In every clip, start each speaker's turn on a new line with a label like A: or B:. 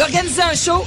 A: organisez un show,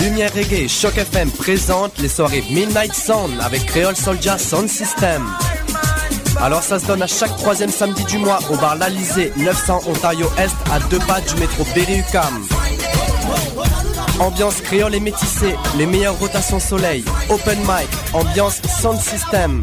B: Lumière Reggae et Choc FM présente les soirées Midnight Sound avec Creole Soldier Sound System. Alors ça se donne à chaque troisième samedi du mois au bar L'Alizé, 900 Ontario Est, à deux pas du métro Berry-UQAM. Ambiance créole et métissée, les meilleures rotations soleil, open mic, ambiance sound system.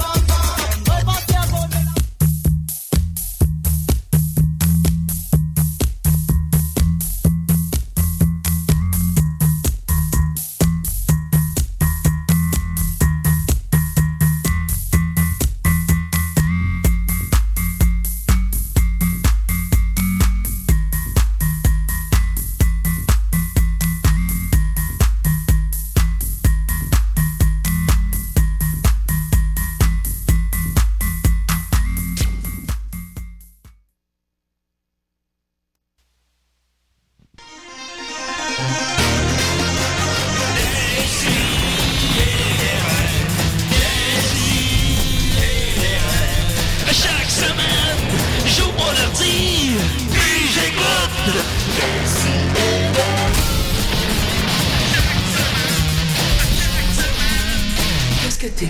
C: Chaque semaine, j'ouvre mon ordi, puis j'écoute. Qu'est-ce que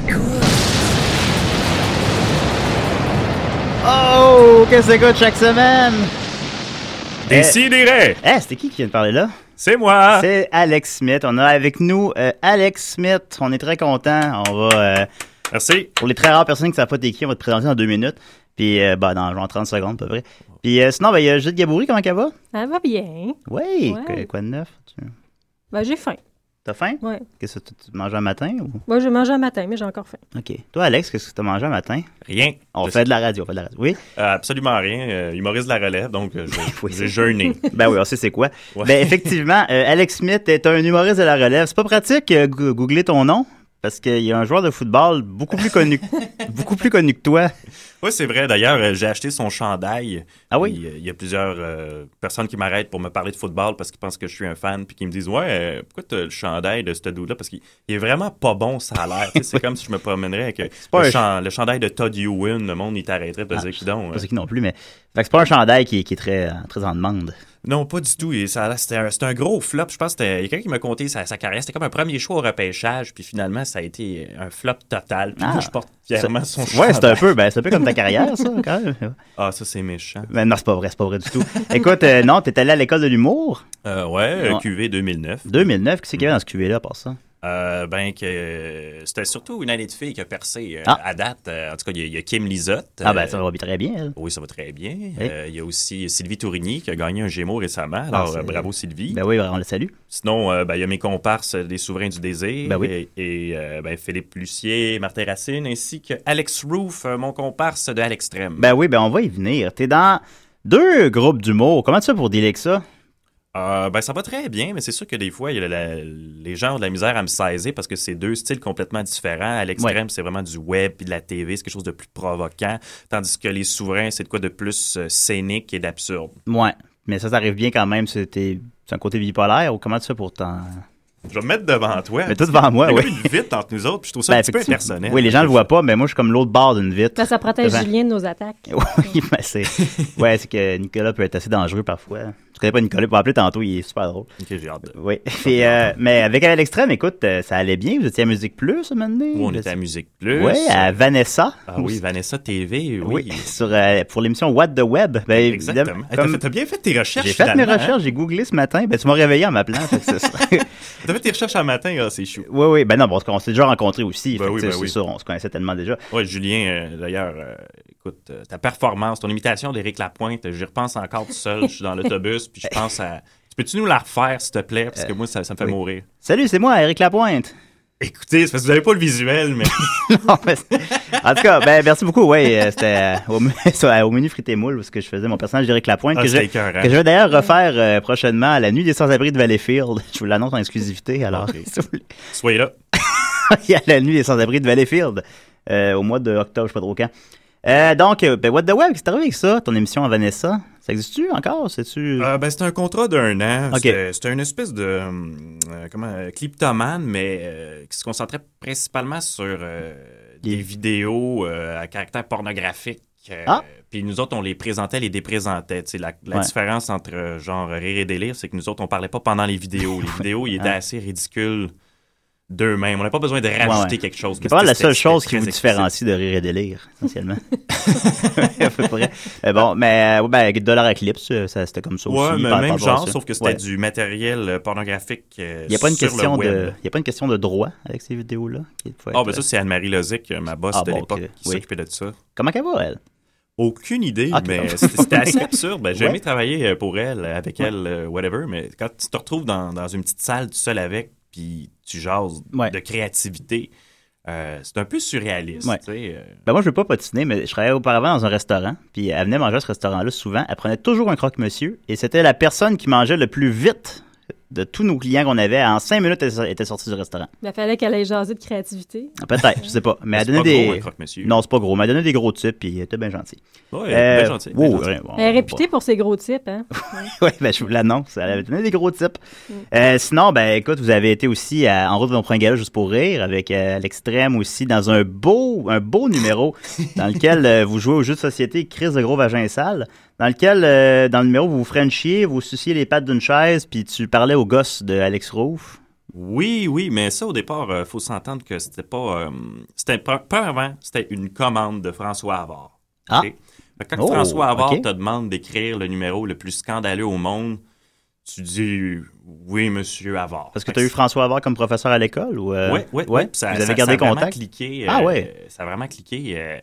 D: Oh, qu'est-ce que ça coûte chaque semaine?
E: Décidérez!
D: Eh, c'était qui qui vient de parler là?
E: C'est moi!
D: C'est Alex Smith. On a avec nous euh, Alex Smith. On est très content. On va, euh,
E: Merci.
D: pour les très rares personnes qui ne savent pas t'es qui, on va te présenter dans deux minutes. Puis, euh, bah, dans genre 30 secondes, à peu près. Puis, euh, sinon, ben, il y a Judith Gaboury, comment elle va?
F: Ça va bien.
D: Oui,
F: Ouais.
D: que- quoi de neuf? Tu-
F: Ben, j'ai faim.
D: T'as faim?
F: Ouais.
D: Qu'est-ce que tu, tu manges un matin? Ou...
F: Moi, j'ai mangé un matin, mais j'ai encore faim.
D: OK. Toi, Alex, qu'est-ce que tu as mangé un matin?
E: Rien.
D: On
E: Je
D: fait de la radio, on fait de la radio. Oui?
E: sais, euh, Absolument rien. Euh, humoriste de la relève, donc euh, je-
D: Oui.
E: j'ai jeûné.
D: Ben oui, on sait c'est quoi.
E: Ouais.
D: Ben effectivement, euh, Alex Smith est un humoriste de la relève. C'est pas pratique euh, gou- googler ton nom parce qu'il y a un joueur de football beaucoup plus connu, beaucoup plus connu que toi.
E: Oui, c'est vrai. D'ailleurs, euh, j'ai acheté son chandail.
D: Ah oui?
E: Puis, euh, Il y a plusieurs euh, personnes qui m'arrêtent pour me parler de football parce qu'ils pensent que je suis un fan puis qui me disent Ouais, euh, pourquoi t'as le chandail de ce dude-là Parce qu'il il est vraiment pas bon, ça a l'air. Tu sais, c'est comme si je me promènerais avec euh,
D: pas
E: le,
D: un- Ah,
E: chan- le chandail de Todd Ewing. Le monde, il t'arrêterait de dire donc.
D: Pas ceux qui non plus, mais fait que c'est pas un chandail qui, qui est très, euh, très en demande.
E: Non, pas du tout. Et ça a l'air- C'était un, c'était un gros flop. Je pense que c'était- il y a quelqu'un qui m'a conté sa, sa carrière. C'était comme un premier choix au repêchage, puis finalement, ça a été un flop total. Puis
D: Ah.
E: moi, je porte fièrement son
D: Ça- ouais, c'est un
E: chandail.
D: peu, ben c'est un peu comme ta carrière, ça, quand même.
E: Ah, ça, c'est méchant.
D: Ben non, c'est pas vrai, c'est pas vrai du tout. Écoute, euh, non, t'es allé à l'école de l'humour,
E: Euh, ouais,
D: Ouais.
E: euh, QV 2009.
D: 2009. Qu'est-ce qu'il y avait dans ce QV-là, pour ça?
E: Euh, ben, que euh, c'était surtout une année de filles qui a percé euh,
D: Ah.
E: à date. Euh, en tout cas, il y a- il y, a Kim Lizotte.
D: Ah ben,
E: euh,
D: ça va très bien, elle.
E: Oui, ça va très bien. Euh, il y a aussi Sylvie Tourigny qui a gagné un Gémeaux récemment. Alors,
D: Ah, c'est-
E: euh, bravo Sylvie.
D: Ben oui, on le salue.
E: Sinon, euh, ben, il y a mes comparses euh, des Souverains du Désir
D: Ben oui.
E: et, et, euh, ben, Philippe Lucier, Martin Racine, ainsi que Alex Roof, euh, mon comparse de Alex Trem.
D: Ben oui, ben on va y venir. T'es dans deux groupes d'humour. Comment tu fais pour dealer avec ça?
E: Euh, ben, ça va très bien, mais c'est sûr que des fois, il y a la- les gens ont de la misère à me saisir parce que c'est deux styles complètement différents. À l'extrême, c'est vraiment du web puis de la TV, c'est quelque chose de plus provoquant, tandis que les souverains, c'est de quoi de plus euh, scénique et d'absurde.
D: Ouais, mais ça, ça arrive bien quand même. C'est t'es- c'est un côté bipolaire ou comment tu fais pour t'en.
E: Je vais me mettre devant toi.
D: Mais tout devant moi,
E: Il y a
D: oui.
E: comme une vitre entre nous autres, puis je trouve ça
D: Ben,
E: un petit peu
D: effectivement.
E: impersonnel.
D: Oui, les gens le voient pas, mais moi, je suis comme l'autre bord d'une vitre.
F: Ben, ça protège
D: Devant.
F: Julien de nos attaques.
D: Oui, ben c'est. Ouais, c'est que Nicolas peut être assez dangereux parfois. Tu connais pas Nicolas, pour appeler tantôt, il est super drôle.
E: Ok, j'ai hâte de-
D: Oui. Puis, euh, mais avec à l'extrême, écoute, euh, ça allait bien. Vous étiez à Musique Plus, maintenant?
E: Où on était à Musique Plus.
D: Oui, ben à Vanessa.
E: Ah oui, Vanessa TV, oui.
D: Oui, sur, euh, pour l'émission What the Web. Ben, évidemment,
E: Exactement. Hey, T'as
D: comme-
E: fait- t'as bien fait tes recherches.
D: J'ai fait mes
E: finalement, hein?
D: recherches, j'ai googlé ce matin. Ben, tu m'as réveillé en m'appelant. fait que c'est ça.
E: T'as fait tes recherches un matin, ah, c'est chou.
D: Oui, oui, ben non, parce qu'on s'est déjà rencontrés aussi.
E: Ben
D: fait que, tu
E: oui,
D: sais,
E: ben
D: c'est
E: oui.
D: sûr, on se connaissait tellement déjà.
E: Ouais, Julien, euh, d'ailleurs, euh, écoute, euh, ta performance, ton imitation d'Éric Lapointe, j'y repense encore tout seul. Je suis dans l'autobus, puis je pense à. Tu Peux-tu nous la refaire, s'il te plaît? Parce que moi, ça, ça me fait
D: Euh, oui.
E: mourir.
D: Salut, c'est moi, Eric Lapointe.
E: Écoutez, c'est parce que vous n'avez pas le visuel, mais
D: Non, mais c'est- en tout cas, ben, merci beaucoup. Ouais, euh, c'était euh, au, menu- sur- euh, au menu frites et moules, où ce que je faisais mon personnage d'Éric Lapointe,
E: Ah,
D: que, je,
E: c'était écœurant.
D: que je vais d'ailleurs refaire euh, prochainement à la nuit des sans-abri de Valleyfield. Je vous l'annonce en exclusivité, alors. si vous voulez.
E: soyez là.
D: Il y a la nuit des sans-abri de Valleyfield euh, au mois d'octobre, je sais pas trop quand. Euh, donc, euh, ben, What the Web, qu'est-ce qui est arrivé avec ça, ton émission à Vanessa? Ça existe-tu encore? C'est-tu...
E: Euh, ben, c'était un contrat d'un an.
D: Ok.
E: C'était- C'était une espèce de hum, euh, comment euh, cliptomane, mais euh, qui se concentrait principalement sur euh, des
D: Des-
E: vidéos euh, à caractère pornographique. euh,
D: Ah.
E: Puis nous autres, on les présentait, les déprésentait. Tu sais, La, la
D: Ouais.
E: différence entre euh, genre rire et délire, c'est que nous autres, on parlait pas pendant les vidéos. Les vidéos, ils étaient
D: Ah.
E: assez ridicules d'eux-mêmes. On n'a pas besoin de rajouter
D: ouais.
E: quelque chose.
D: C'est pas mal la
E: C'était-
D: seule chose qui
E: c'était
D: vous
E: très explicite.
D: différencie de rire et délire, essentiellement. à peu près. Mais bon, mais euh, ben, Dollar Eclipse, euh, ça, c'était comme ça
E: Ouais,
D: aussi.
E: mais
D: par- par
E: même
D: rapport à
E: genre,
D: ça.
E: sauf que c'était
D: Ouais.
E: du matériel euh, pornographique euh,
D: Il n'y a, pas une
E: sur
D: question
E: le web.
D: de- il y a pas une question de droit avec ces vidéos-là. qui faut
E: Ah,
D: être,
E: ben ça,
D: euh,
E: c'est Anne-Marie Lozic, euh, ma boss
D: Ah,
E: de
D: bon,
E: l'époque,
D: ok.
E: qui
D: Oui.
E: s'occupait de ça.
D: Comment elle va, elle?
E: Aucune idée,
D: Ok.
E: mais c'était c'était assez absurde. Ben, J'ai
D: Ouais.
E: aimé travailler euh, pour elle, euh, avec elle, euh, whatever, mais quand tu te retrouves dans, dans une petite salle tout seul avec, puis tu jases
D: Ouais.
E: de créativité, euh, c'est un peu surréaliste.
D: Ouais.
E: tu sais, euh.
D: Ben moi, je veux pas patiner, mais je travaillais auparavant dans un restaurant, puis elle venait manger à ce restaurant-là souvent. Elle prenait toujours un croque-monsieur, et c'était la personne qui mangeait le plus vite de tous nos clients qu'on avait. En cinq minutes, elle était sortie du restaurant.
F: Il Ben, fallait qu'elle ait jasé de créativité.
D: Peut-être, je sais pas. Mais elle
E: C'est pas
D: donnait
E: gros, un
D: des...
E: croque-monsieur.
D: Non, c'est pas gros, mais elle donnait des gros types, puis elle était bien gentille.
E: Ouais,
D: Euh,
E: bien Ben, gentil. bien
D: wow,
E: gentil.
D: ouais, bon,
F: Elle est
D: on-
F: réputée pour ses gros types, hein?
D: Oui, ben, je vous l'annonce. Elle avait donné des gros tips.
F: Mm.
D: Euh, sinon, ben, écoute, vous avez été aussi à En route vers mon premier gala juste pour rire avec euh, l'extrême aussi dans un beau, un beau numéro dans lequel euh, vous jouez au jeu de société Crise de gros vagin sale. Dans lequel, euh, dans le numéro, vous vous frenchiez, vous suciez les pattes d'une chaise, puis tu parlais au gosse de Alex Rouf.
E: Oui, oui, mais ça, au départ, il faut s'entendre que c'était pas. euh, c'était pas, pas avant, c'était une commande de François Havard.
D: Ah.
E: OK? Fait que quand
D: Oh,
E: François Havard
D: OK.
E: te demande d'écrire le numéro le plus scandaleux au monde, tu dis oui, monsieur Havard.
D: Parce que
E: Fait
D: tu as eu François Havard comme professeur à l'école ou. euh,
E: Ouais, ouais, ouais. Puis Ça,
D: vous avez
E: ça-
D: gardé
E: ça a Vraiment
D: contact.
E: cliqué,
D: Ah,
E: euh,
D: ouais.
E: Ça a vraiment cliqué. euh,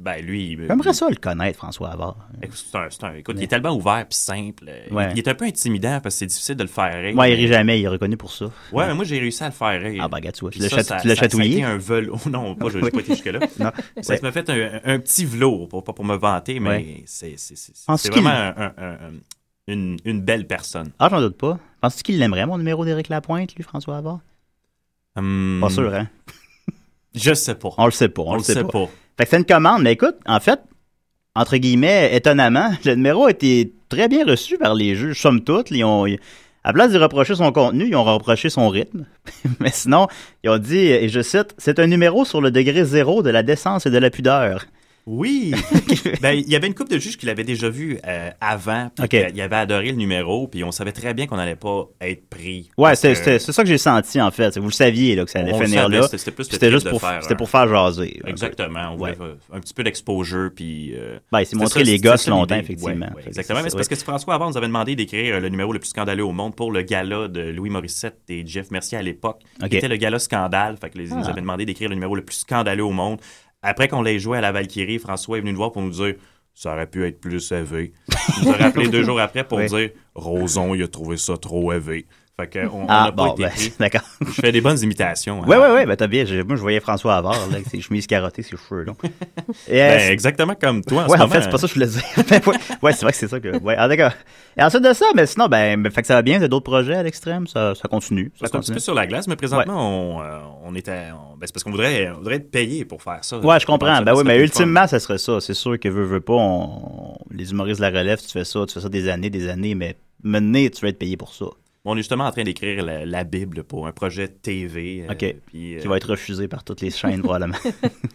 E: ben, lui. euh,
D: J'aimerais ça le connaître, François Havard.
E: écoute, C'est un, c'est un- écoute, il est tellement ouvert puis simple. euh,
D: Ouais.
E: Il, il est un peu intimidant parce que c'est difficile de le faire rire.
D: Moi, il rit jamais, il est reconnu pour ça.
E: Eh Ouais, mais moi, j'ai réussi à le faire rire.
D: Ah, bah, regarde, tu vois, tu l'as
E: Puis ça,
D: chat-
E: ça-
D: tu l'as
E: ça- ça a
D: chatouillé.
E: été un vol. Oh non, pas, je n'ai pas été jusque-là. Ça
D: Ouais.
E: m'a fait un, un petit velours, pas, pas pour me vanter, mais
D: Ouais.
E: c'est c'est- c'est-
D: En
E: c'est
D: ski.
E: vraiment un- un- un- une, une belle personne.
D: Ah, j'en doute pas. Penses-tu qu'il l'aimerait, mon numéro d'Éric Lapointe, lui, François Havard?
E: Hum,
D: Pas sûr, hein?
E: Je sais pas.
D: On le sait pas, on,
E: On le sait pas.
D: Fait que c'est une commande, mais écoute, en fait, entre guillemets, étonnamment, le numéro a été très bien reçu par les juges, somme toute. Ils ont, ils- à place de reprocher son contenu, ils ont reproché son rythme. mais sinon, ils ont dit, et je cite, « C'est un numéro sur le degré zéro de la décence et de la pudeur.
E: Oui. ben, il y avait une couple de juges qui l'avaient déjà vu euh, avant. puis
D: Ok.
E: que- Ils avaient adoré le numéro, puis on savait très bien qu'on n'allait pas être pris. »
D: Ouais,
E: Parce
D: c'est
E: que
D: c'est- c'est ça que j'ai senti, en fait. Vous le saviez, là, que ça allait
E: on le
D: finir
E: savait,
D: là.
E: c'était- C'était plus le
D: C'était
E: trip
D: juste
E: de
D: pour,
E: faire
D: c'était
E: un-
D: pour faire jaser. un peu.
E: Exactement. On voulait faire un petit peu d'exposure, puis. euh,
D: Ben, c'est
E: C'était
D: montrer
E: ça,
D: les
E: c'était
D: gosses
E: ça l'idée.
D: longtemps,
E: Ouais,
D: effectivement.
E: ouais,
D: Fait que
E: exactement.
D: c'est-
E: Mais c'est parce que François Avant nous avait demandé d'écrire le numéro le plus scandaleux au monde pour le gala de Louis Morissette et Jeff Mercier à l'époque.
D: Ok.
E: Qui était le gala scandale. Fait que les- ils nous
D: Ah.
E: avaient demandé d'écrire le numéro le plus scandaleux au monde. Après qu'on l'ait joué à la Valkyrie, François est venu nous voir pour nous dire ça aurait pu être plus élevé. Il nous a rappelé deux jours après pour
D: Oui.
E: dire Roson, il a trouvé ça trop élevé. Fait que on on n'a
D: Ah,
E: pas
D: bon,
E: été
D: ben,
E: pris.
D: d'accord.
E: Je fais des bonnes imitations. hein.
D: Ouais, ouais, ouais, ben t'as bien. j'ai- Moi, je voyais François Havard, là, avec ses chemises carottées, ses cheveux longs. Et, euh,
E: Ben, exactement comme toi. En
D: ouais,
E: ce
D: en fait,
E: moment. hein.
D: c'est pas ça que je voulais dire. Ben, ouais, ouais, c'est vrai que c'est ça que. Ouais, ah, d'accord. Et ensuite de ça, mais sinon, ben, ben, fait que ça va bien, t'as d'autres projets à l'extrême, ça, ça continue. Ça
E: Parce qu'on est Ben, un petit
D: continue.
E: peu sur la glace, mais présentement, on, euh, on était. on- ben, c'est parce qu'on voudrait, on voudrait être payé pour faire ça.
D: Ouais, je comprends. Ben
E: Éventuellement,
D: oui,
E: ça
D: mais
E: serait plus fun.
D: ultimement, ça serait ça. C'est sûr que veux, veux pas, on- les humoristes de la relève, tu fais ça, tu fais ça des années, des années, mais mener, tu vas être payé pour ça.
E: On est justement en train d'écrire la, la Bible pour un projet TV. euh,
D: OK.
E: puis, euh,
D: Qui va être refusé par toutes les chaînes, probablement.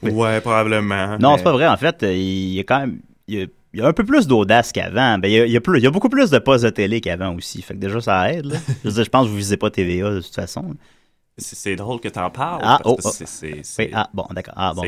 E: Ouais, probablement.
D: Non,
E: mais-
D: c'est pas vrai. En fait, euh, il y a quand même. Il y a, il y a un peu plus d'audace qu'avant. Ben, il, y a, il y a plus- il y a beaucoup plus de postes de télé qu'avant aussi. Fait que déjà, ça aide. là. Je, veux dire, je pense que vous visez pas TVA de toute façon. là.
E: C'est, c'est drôle que t'en parles.
D: Ah,
E: parce
D: oh,
E: que
D: oh.
E: c'est, c'est,
D: Oui,
E: c'est-
D: ah, bon, d'accord. Ah, bon.
E: c'est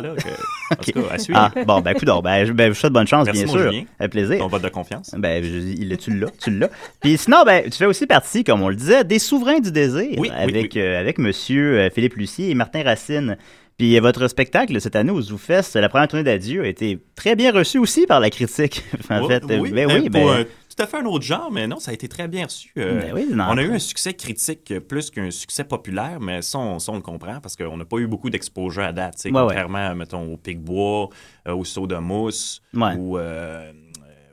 E: là que.
D: Ok.
E: En tout cas, à suivre.
D: Ah, bon, ben, coup Ben, je ben, je vous souhaite bonne chance,
E: Merci,
D: bien
E: mon
D: sûr.
E: Julien.
D: Avec plaisir.
E: Ton vote de confiance.
D: Ben, je dis, il- tu l'as, tu l'as. Puis sinon, ben, tu fais aussi partie, comme on le disait, des souverains du désir
E: Oui, oui,
D: avec,
E: oui.
D: euh, avec Monsieur euh, Philippe Lucier et Martin Racine. Puis euh, votre spectacle cette année au ZooFest, la première tournée d'adieu, a été très bien reçue aussi par la critique. en
E: Ouais,
D: fait,
E: oui,
D: ben
E: hein,
D: oui,
E: pour
D: ben,
E: un- tout tout à fait un autre genre, mais non, ça a été très bien reçu. Euh,
D: Ben oui, non.
E: on a eu un succès critique euh, plus qu'un succès populaire, mais ça, on, ça, on le comprend parce qu'on n'a pas eu beaucoup d'exposure à date. tu sais,
D: Ouais, ouais.
E: contrairement, mettons, au Pigbois, euh, au Saut de Mousse,
D: Ouais.
E: ou. euh, euh,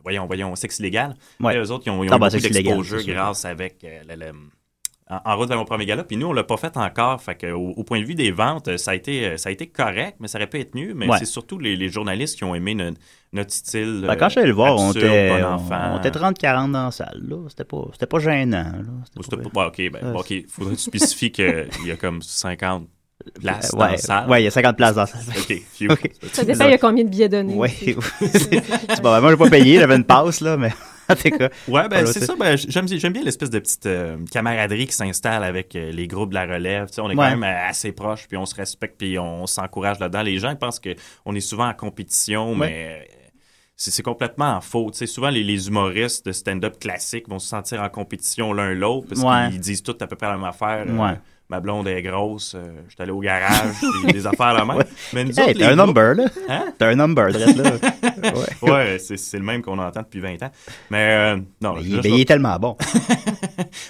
E: voyons, voyons, Sexe Légal.
D: Ouais.
E: Les Eux autres, ils ont, ils ont
D: Ah,
E: eu
D: bah,
E: beaucoup
D: Sexe Illégal,
E: d'exposure
D: c'est sûr.
E: grâce avec. euh, le- le- en- en route vers mon premier gala, puis nous, on l'a pas fait encore. Fait que, au, au point de vue des ventes, euh, ça a été, euh, ça a été correct, mais ça aurait pu être mieux. Mais
D: Ouais.
E: c'est surtout les, les journalistes qui ont aimé notre, notre style. euh,
D: Ben, quand je suis
E: suis
D: allé le voir, on était, on- on était 30-40 dans la salle. là. C'était pas, c'était pas gênant. là.
E: Ou
D: C'était
E: c'était
D: pas-
E: pas- ouais, OK, ben,
D: Ouais.
E: bon, OK, faudrait que tu spécifies qu'il y a comme 50 places
D: Euh, Ouais,
E: dans la salle.
D: ouais, il y a 50 places dans la salle.
E: OK, phew.
D: OK.
F: Ça dépend, il y a combien de billets donnés.
D: Ouais.
F: aussi.
D: C'est pas- moi, j'ai pas payé, j'avais une passe, là, mais en tout cas.
E: Ouais, ben
D: Voilà,
E: c'est
D: c'est-
E: ça. Ben, j'aime, j'aime bien l'espèce de petite euh, camaraderie qui s'installe avec euh, les groupes de la relève. Tu sais, on
D: Ouais.
E: est quand même euh, assez proches, puis on se respecte, puis on, s'encourage là-dedans. Les gens ils pensent qu'on est souvent en compétition, mais euh, c'est, c'est complètement en faux. Tu sais, souvent, les, les humoristes de stand-up classique vont se sentir en compétition l'un l'autre parce
D: Ouais.
E: qu'ils disent tous à peu près la même affaire. Euh,
D: Ouais.
E: Ma blonde est grosse, euh, je suis allé au garage, puis des affaires la même. Mais nous
D: Hey,
E: autres, les
D: t'as un
E: groupes-
D: number, là.
E: Hein?
D: T'as un number, dresse, là. Ouais.
E: Ouais, c'est, c'est le même qu'on entend depuis 20 ans. Mais euh, non,
D: Mais Ben,
E: là,
D: il,
E: je
D: mais il est tellement bon.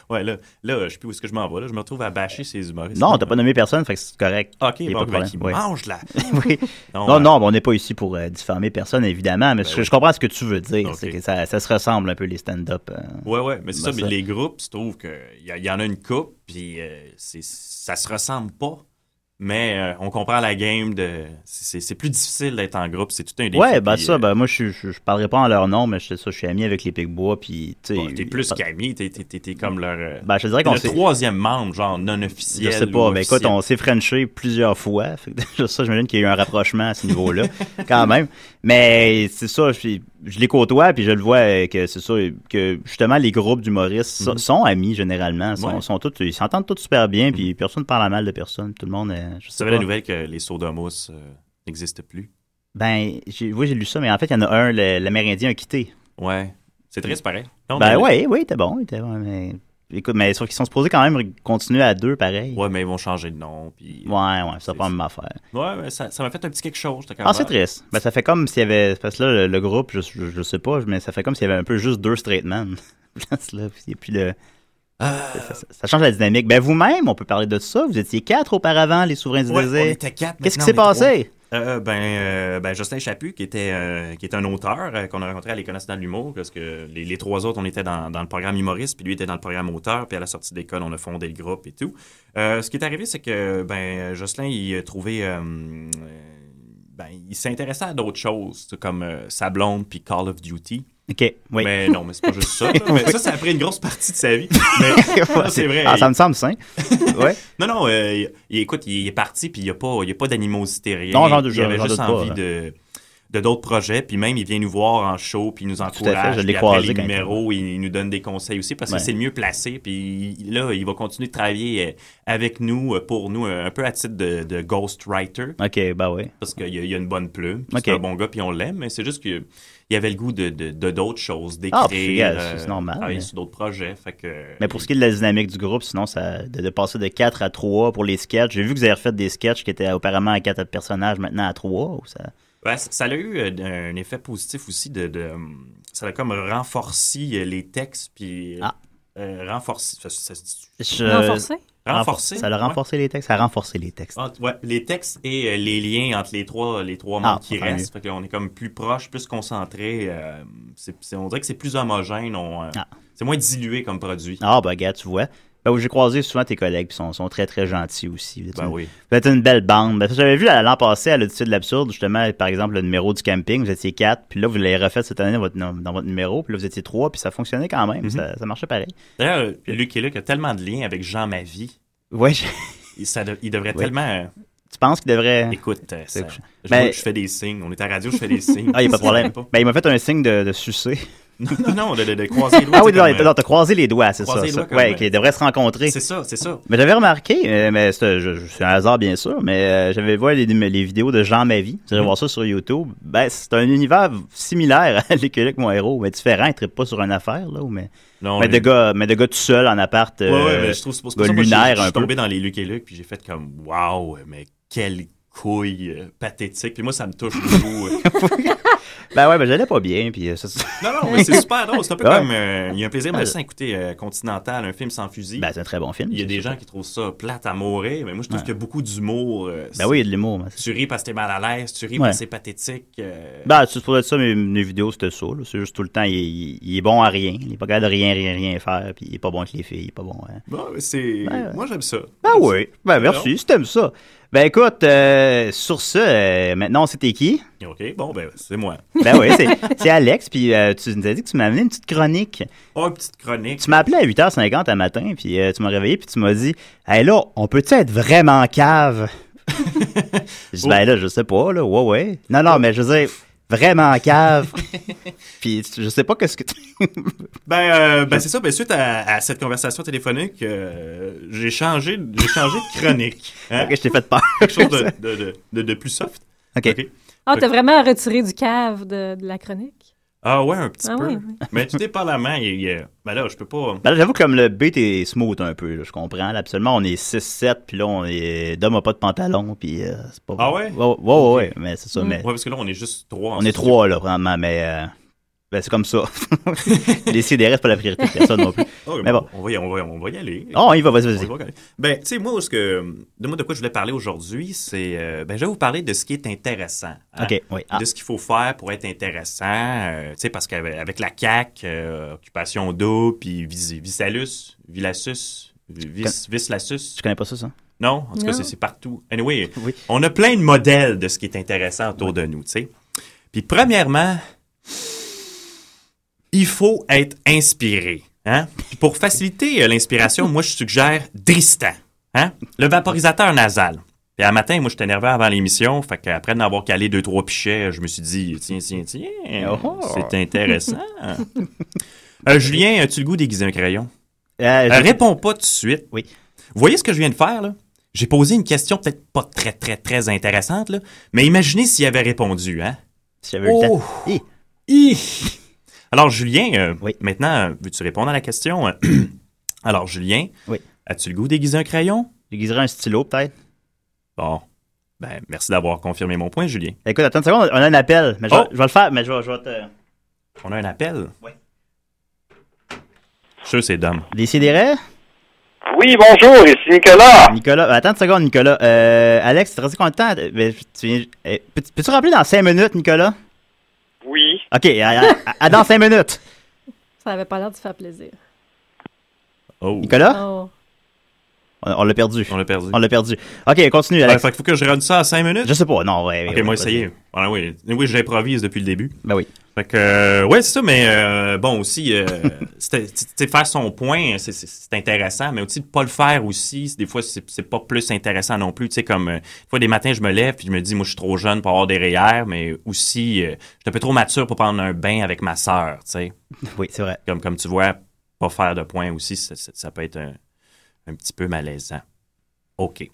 E: Ouais, là, là, je sais plus où est-ce que je m'en vais. Là, je me retrouve à bâcher ces humoristes.
D: Non, t'as pas nommé personne, fait que c'est correct.
E: OK,
D: Il y a
E: bon,
D: pas de
E: ben,
D: problème,
E: qui
D: ouais.
E: mange là.
D: Oui.
E: Non,
D: Non,
E: euh,
D: non, mais on n'est pas ici pour euh, diffamer personne, évidemment, mais ce que- je comprends ce que tu veux dire.
E: Ben Ok.
D: C'est que ça, ça se ressemble un peu, les stand-up. euh.
E: Ouais, ouais, mais c'est
D: Ben,
E: ça, mais
D: ça.
E: les groupes, je trouve qu'il y, a- il y en a une coupe, puis euh, c'est- ça se ressemble pas. Mais euh, on comprend la game de. C'est c'est plus difficile d'être en groupe, c'est tout un défi.
D: Ouais, ben
E: puis,
D: ça,
E: euh,
D: ben moi, je, je, je parlerai pas en leur nom, mais je, ça, je suis ami avec les Pigbois, puis tu sais.
E: bon, t'es plus qu'ami, t'es- t'es t'es- t'es comme leur. euh,
D: Ben, je te dirais
E: t'es
D: qu'on
E: le
D: s'est.
E: troisième membre, genre non
D: Je
E: officiel.
D: sais pas,
E: ou
D: mais écoute,
E: officiel.
D: on s'est frenché plusieurs fois. Fait que déjà, ça, j'imagine qu'il y a eu un rapprochement à ce niveau-là, quand même. Mais c'est ça, je, suis- je les côtoie, puis je le vois euh, que c'est ça, que justement, les groupes d'humoristes so- sont amis généralement. Sont,
E: Ouais.
D: sont tous, ils s'entendent tous super bien, puis personne ne parle à mal de personne. Tout le monde. euh, je
E: Tu
D: sais
E: savais
D: pas.
E: la nouvelle que les sodomous euh, n'existent plus.
D: Ben, j'ai- oui, j'ai lu ça, mais en fait, il y en a un, le- l'Amérindien a quitté.
E: Ouais. C'est triste, pareil. Non,
D: Ben
E: mais-
D: oui, oui, t'es bon, t'es bon, mais... Écoute, mais sauf qu'ils sont supposés quand même continuer à deux, pareil. Ouais,
E: Ouais, mais ils vont changer de nom. Puis...
D: ouais, ça
E: C'est-
D: pas la même affaire.
E: Ouais, mais ça ça m'a fait un petit quelque chose. j'étais comme,
D: Ah, c'est triste. Ben, ça fait comme s'il y avait... Parce que là, le, le groupe, je, je, je sais pas, mais ça fait comme s'il y avait un peu juste deux straight men. Là, puis- Et puis le...
E: Ah.
D: Ça, ça- ça change la dynamique. Ben vous-même, on peut parler de ça. Vous étiez quatre auparavant, les souverains du
E: Ah, Ouais, on
D: désert.
E: était quatre.
D: Qu'est-ce qui
E: maintenant,
D: s'est
E: on
D: passé?
E: est trois. Euh, ben, euh, ben, Justin Chaput, qui était, euh, qui était un auteur euh, qu'on a rencontré à l'École nationale de l'humour, parce que les, les trois autres, on était dans, dans le programme humoriste, puis lui était dans le programme auteur, puis à la sortie de l'école, on a fondé le groupe et tout. Euh, ce qui est arrivé, c'est que ben, Jocelyn, il a trouvé. euh, euh, ben, il s'intéressait à d'autres choses, comme euh, sa blonde puis Call of Duty.
D: OK, oui.
E: Mais non, mais c'est pas juste ça. là. Mais ça, ça a pris une grosse partie de sa vie. Mais non, c'est vrai.
D: Ah, ça me semble sain. ouais.
E: Non, non, euh, il- il- écoute, il, est parti, puis il n'y a pas, il y a pas d'animosité, rien.
D: Non, j'en-
E: il
D: j'en-
E: avait
D: j'en
E: juste
D: doute pas,
E: envie
D: hein.
E: de de d'autres projets, puis même il vient nous voir en show, puis il nous
D: fait,
E: encourage,
D: je l'ai
E: puis après
D: croisé
E: les
D: quand il
E: numéros, il, il nous donne des conseils aussi, parce que
D: Ouais.
E: c'est le mieux placé, puis il- là, il va continuer de travailler euh, avec nous, euh, pour nous, euh, un peu à titre de, de ghostwriter,
D: OK, ben oui.
E: parce qu'il y a, il y a une bonne plume, puis c'est
D: Ok.
E: un bon gars, puis on l'aime, mais c'est juste qu'il y avait le goût de de- de d'autres choses, d'écrire, euh,
D: Ah, puis, gars, c'est- c'est normal,
E: travailler
D: mais-
E: sur d'autres projets, fait que...
D: Mais pour ce qui est de la dynamique du groupe, sinon, ça, de, de passer de 4 à 3 pour les sketchs, j'ai vu que vous avez refait des sketchs qui étaient apparemment à 4 personnages, maintenant à 3. Ou ça...
E: Ouais, ça ça a eu euh, un effet positif aussi de, de- ça a comme renforcé euh, les textes puis euh,
D: Ah.
E: euh, renforcé ça- ça se dit-
D: Je-
F: Renforcé.
E: renforcé
D: Ça a
E: ouais.
D: renforcé les textes. Ça a renforcé les textes.
E: Entre- ouais, les textes et euh, les liens entre les trois les trois
D: Ah,
E: membres qui
D: tant
E: restent fait que là, on est comme plus proche plus concentré euh, c'est- c'est- on dirait que c'est plus homogène on, euh,
D: Ah.
E: c'est moins dilué comme produit
D: Ah, bah, gars, tu vois. Ben, j'ai croisé souvent tes collègues, puis sont, sont très, très gentils aussi. Vous êtes,
E: ben
D: une,
E: oui
D: vous êtes une belle bande. Ben, J'avais vu l'an passé à l'Odyssée de l'Absurde, justement, par exemple, le numéro du camping, vous étiez 4, puis là, vous l'avez refait cette année dans votre, dans votre numéro, puis là, vous étiez 3, puis ça fonctionnait quand
E: Mhm.
D: même. ça, ça marchait pareil.
E: d'ailleurs Luc et Luc a tellement de liens avec Jean Mavie
D: Ouais, je-
E: il, ça de- il devrait
D: Oui.
E: tellement euh,
D: tu penses qu'il devrait.
E: écoute euh, ça-
D: couché.
E: je,
D: Mais-
E: vois que je fais des signes on est à la radio je fais des signes
D: Ben, Ah, il n'y a pas de problème.
E: Pas.
D: Ben, il m'a fait un signe de, de sucer.
E: Non, non, non, de, de, de croiser les doigts.
D: Ah oui,
E: c'est comme,
D: non, non, t'as croisé les doigts, c'est ça.
E: croisé les
D: ça.
E: doigts comme,
D: ouais,
E: euh,
D: qu'ils devraient se rencontrer.
E: euh, C'est ça, c'est ça.
D: Mais j'avais remarqué, euh, mais c'est je- je- c'est un hasard bien sûr, mais euh, j'avais vu les, les vidéos de Jean Mavie.
E: Mm-hmm.
D: Vous allez voir ça sur YouTube. Ben, c'est un univers similaire à l'écolique mon héros, mais différent. Il trippe pas sur une affaire, là, ou mais,
E: Non,
D: mais,
E: mais-
D: de gars, mais de gars tout seul en appart.
E: Ouais, ouais,
D: euh,
E: mais je trouve c'est pour ça
D: gars
E: que moi, je-
D: lunaire
E: je
D: un
E: suis
D: peu.
E: tombé dans les Luc et Luc, puis j'ai fait comme, waouh, mais quelle couille euh, pathétique. Puis moi, ça me touche beaucoup.
D: Ben ouais, ben j'allais pas bien. Puis, euh, ça, c'est-
E: euh. Non, non, mais c'est super drôle. C'est un peu
D: Ouais.
E: comme. euh, il y a un plaisir malsain à écouter euh, Continental, un film sans fusil.
D: ben, c'est un très bon film.
E: il y a
D: c'est
E: des
D: sûr.
E: gens qui trouvent ça plate à mourir, mais moi, je trouve
D: Ouais.
E: qu'il y a beaucoup d'humour. euh, c'est-
D: Ben oui, il y a de l'humour. Ben, c'est-
E: Tu ris parce que t'es mal à l'aise, tu ris
D: Ouais.
E: parce que c'est pathétique. euh,
D: ben c'est pour ça, mes, mes vidéos, c'était ça. là. C'est juste tout le temps, il, il- il est bon à rien. Il est pas capable de rien, rien, rien faire. Puis il est pas bon avec les filles. Il est pas bon. hein.
E: bon, c'est.
D: Ben,
E: moi, j'aime ça.
D: Ben oui. Ben merci, si t'aimes ça. Ben écoute, euh, sur ce, euh, maintenant, c'était qui?
E: OK, bon, ben, c'est moi.
D: Ben oui, c'est- c'est Alex. Puis euh, tu nous as dit que tu m'as amené une petite chronique.
E: Oh, petite chronique.
D: Tu m'as appelé à 8h50 un matin, puis euh, tu m'as réveillé, puis tu m'as dit Hey là, on peut-tu être vraiment cave Je dis Ben là, je sais pas, là, ouais, ouais. Non, non, mais je veux dire, vraiment cave. puis je sais pas qu'est-ce que tu.
E: Ben, euh, ben c'est ça. Ben, suite à, à cette conversation téléphonique, euh, j'ai changé, j'ai changé de chronique. Hein?
D: Ok, je t'ai fait peur.
E: Quelque chose de, de, de, de- de plus soft.
D: Ok.
E: Ok.
F: Ah, t'as vraiment retiré du cave de, de la chronique?
E: Ah ouais, un petit
F: Ah
E: peu.
F: oui, oui.
E: Mais tout dépendamment, il, il, euh, ben là, je peux pas...
D: Ben là, j'avoue que comme le beat est smooth un peu, là, je comprends. Là, absolument, on est 6-7, puis là, on est. Dom a pas de pantalon, puis euh, c'est pas.
E: Ah ouais?
D: Ouais, ouais, ouais, ouais, mais c'est ça. Mais
E: Ouais, parce que là, on est juste trois. en
D: on est
E: studio.
D: trois, là, vraiment, mais. euh, ben, c'est comme ça. Les CDR, c'est pas la priorité de personne non plus.
E: Oh,
D: Mais bon.
E: On va y, on va, on va y aller.
D: Oh, il va, vas-y,
E: On
D: vas-y.
E: y va, quand même. Ben, tu sais, moi, ce que, de moi, de quoi je voulais parler aujourd'hui, c'est... euh, ben, je vais vous parler de ce qui est intéressant. hein.
D: OK, oui. Ah,
E: de ce qu'il faut faire pour être intéressant. euh, tu sais, parce qu'avec la CAQ, euh, Occupation double, puis Vis- Visalus, Vilasus, Vis, Vislasus.
D: je connais pas ça, Euh, ça.
E: Non, en tout cas,
F: Non.
E: c'est c'est partout. Anyway,
D: Oui.
E: on a plein de modèles de ce qui est intéressant autour de nous, tu sais. Puis premièrement, il faut être inspiré. Hein? Puis Pour faciliter euh, l'inspiration, moi, je suggère Dristan, hein? le vaporisateur nasal. Puis un matin, moi, j'étais nerveux avant l'émission. Fait qu'après d'en avoir calé deux, trois pichets, je me suis dit, tiens, tiens, tiens,
D: Oh.
E: c'est intéressant. Euh, Julien, as-tu le goût d'aiguiser un crayon?
D: Euh,
E: Euh,
D: j'ai-
E: réponds pas tout de suite.
D: Oui.
E: Vous voyez ce que je viens de faire, là? J'ai posé une question peut-être pas très, très, très intéressante, là, mais imaginez s'il avait répondu, hein?
D: si j'avais eu le temps.
E: Oh!
D: Hi.
E: Hi. Alors, Julien, euh,
D: Oui.
E: maintenant, euh, veux-tu répondre à la question? Euh, Alors, Julien,
D: Oui.
E: as-tu le goût d'aiguiser un crayon?
D: J'aiguiserais un stylo, peut-être.
E: Bon. Ben, merci d'avoir confirmé mon point, Julien.
D: Écoute, attends une seconde, on a un appel. Mais je, vais-
E: Oh.
D: je vais le faire, mais je vais, je vais te.
E: On a un appel.
D: Oui.
E: Je suis sûr que c'est Dom.
D: Décidérez?
G: Oui, bonjour, ici Nicolas.
D: Nicolas, Ben, attends une seconde, Nicolas. Euh, Alex, tu restes combien de temps? Euh, ben, tu viens- eh, peux-tu- Peux-tu rappeler dans 5 minutes, Nicolas?
G: Oui.
D: OK, à, à- à dans 5 minutes.
F: Ça avait pas l'air de te faire plaisir.
E: Oh.
D: Nicolas?
F: Oh.
D: On, on l'a perdu.
E: On l'a perdu.
D: On l'a perdu. OK, continue,
E: Ouais,
D: Alex.
E: fait qu'il faut que je rende ça à 5 minutes?
D: Je sais pas, non, ouais.
E: Ok,
D: ouais,
E: moi,
D: vas-y.
E: ça y est. Ah, oui, oui j'improvise depuis le début.
D: Ben oui.
E: Fait que, euh, ouais, c'est ça, mais euh, bon, aussi, euh, c'était- tu sais, faire son point, c'est- c'est c'est intéressant, mais aussi de pas le faire aussi, c'est- des fois, c'est c'est pas plus intéressant non plus. Tu sais, comme, euh, des fois, des matins, je me lève, puis je me dis, moi, je suis trop jeune pour avoir des REER, mais aussi, euh, je suis un peu trop mature pour prendre un bain avec ma sœur, tu sais.
D: Oui, c'est vrai.
E: Comme, comme tu vois, pas faire de point aussi, ça, ça- ça peut être un, un petit peu malaisant. OK.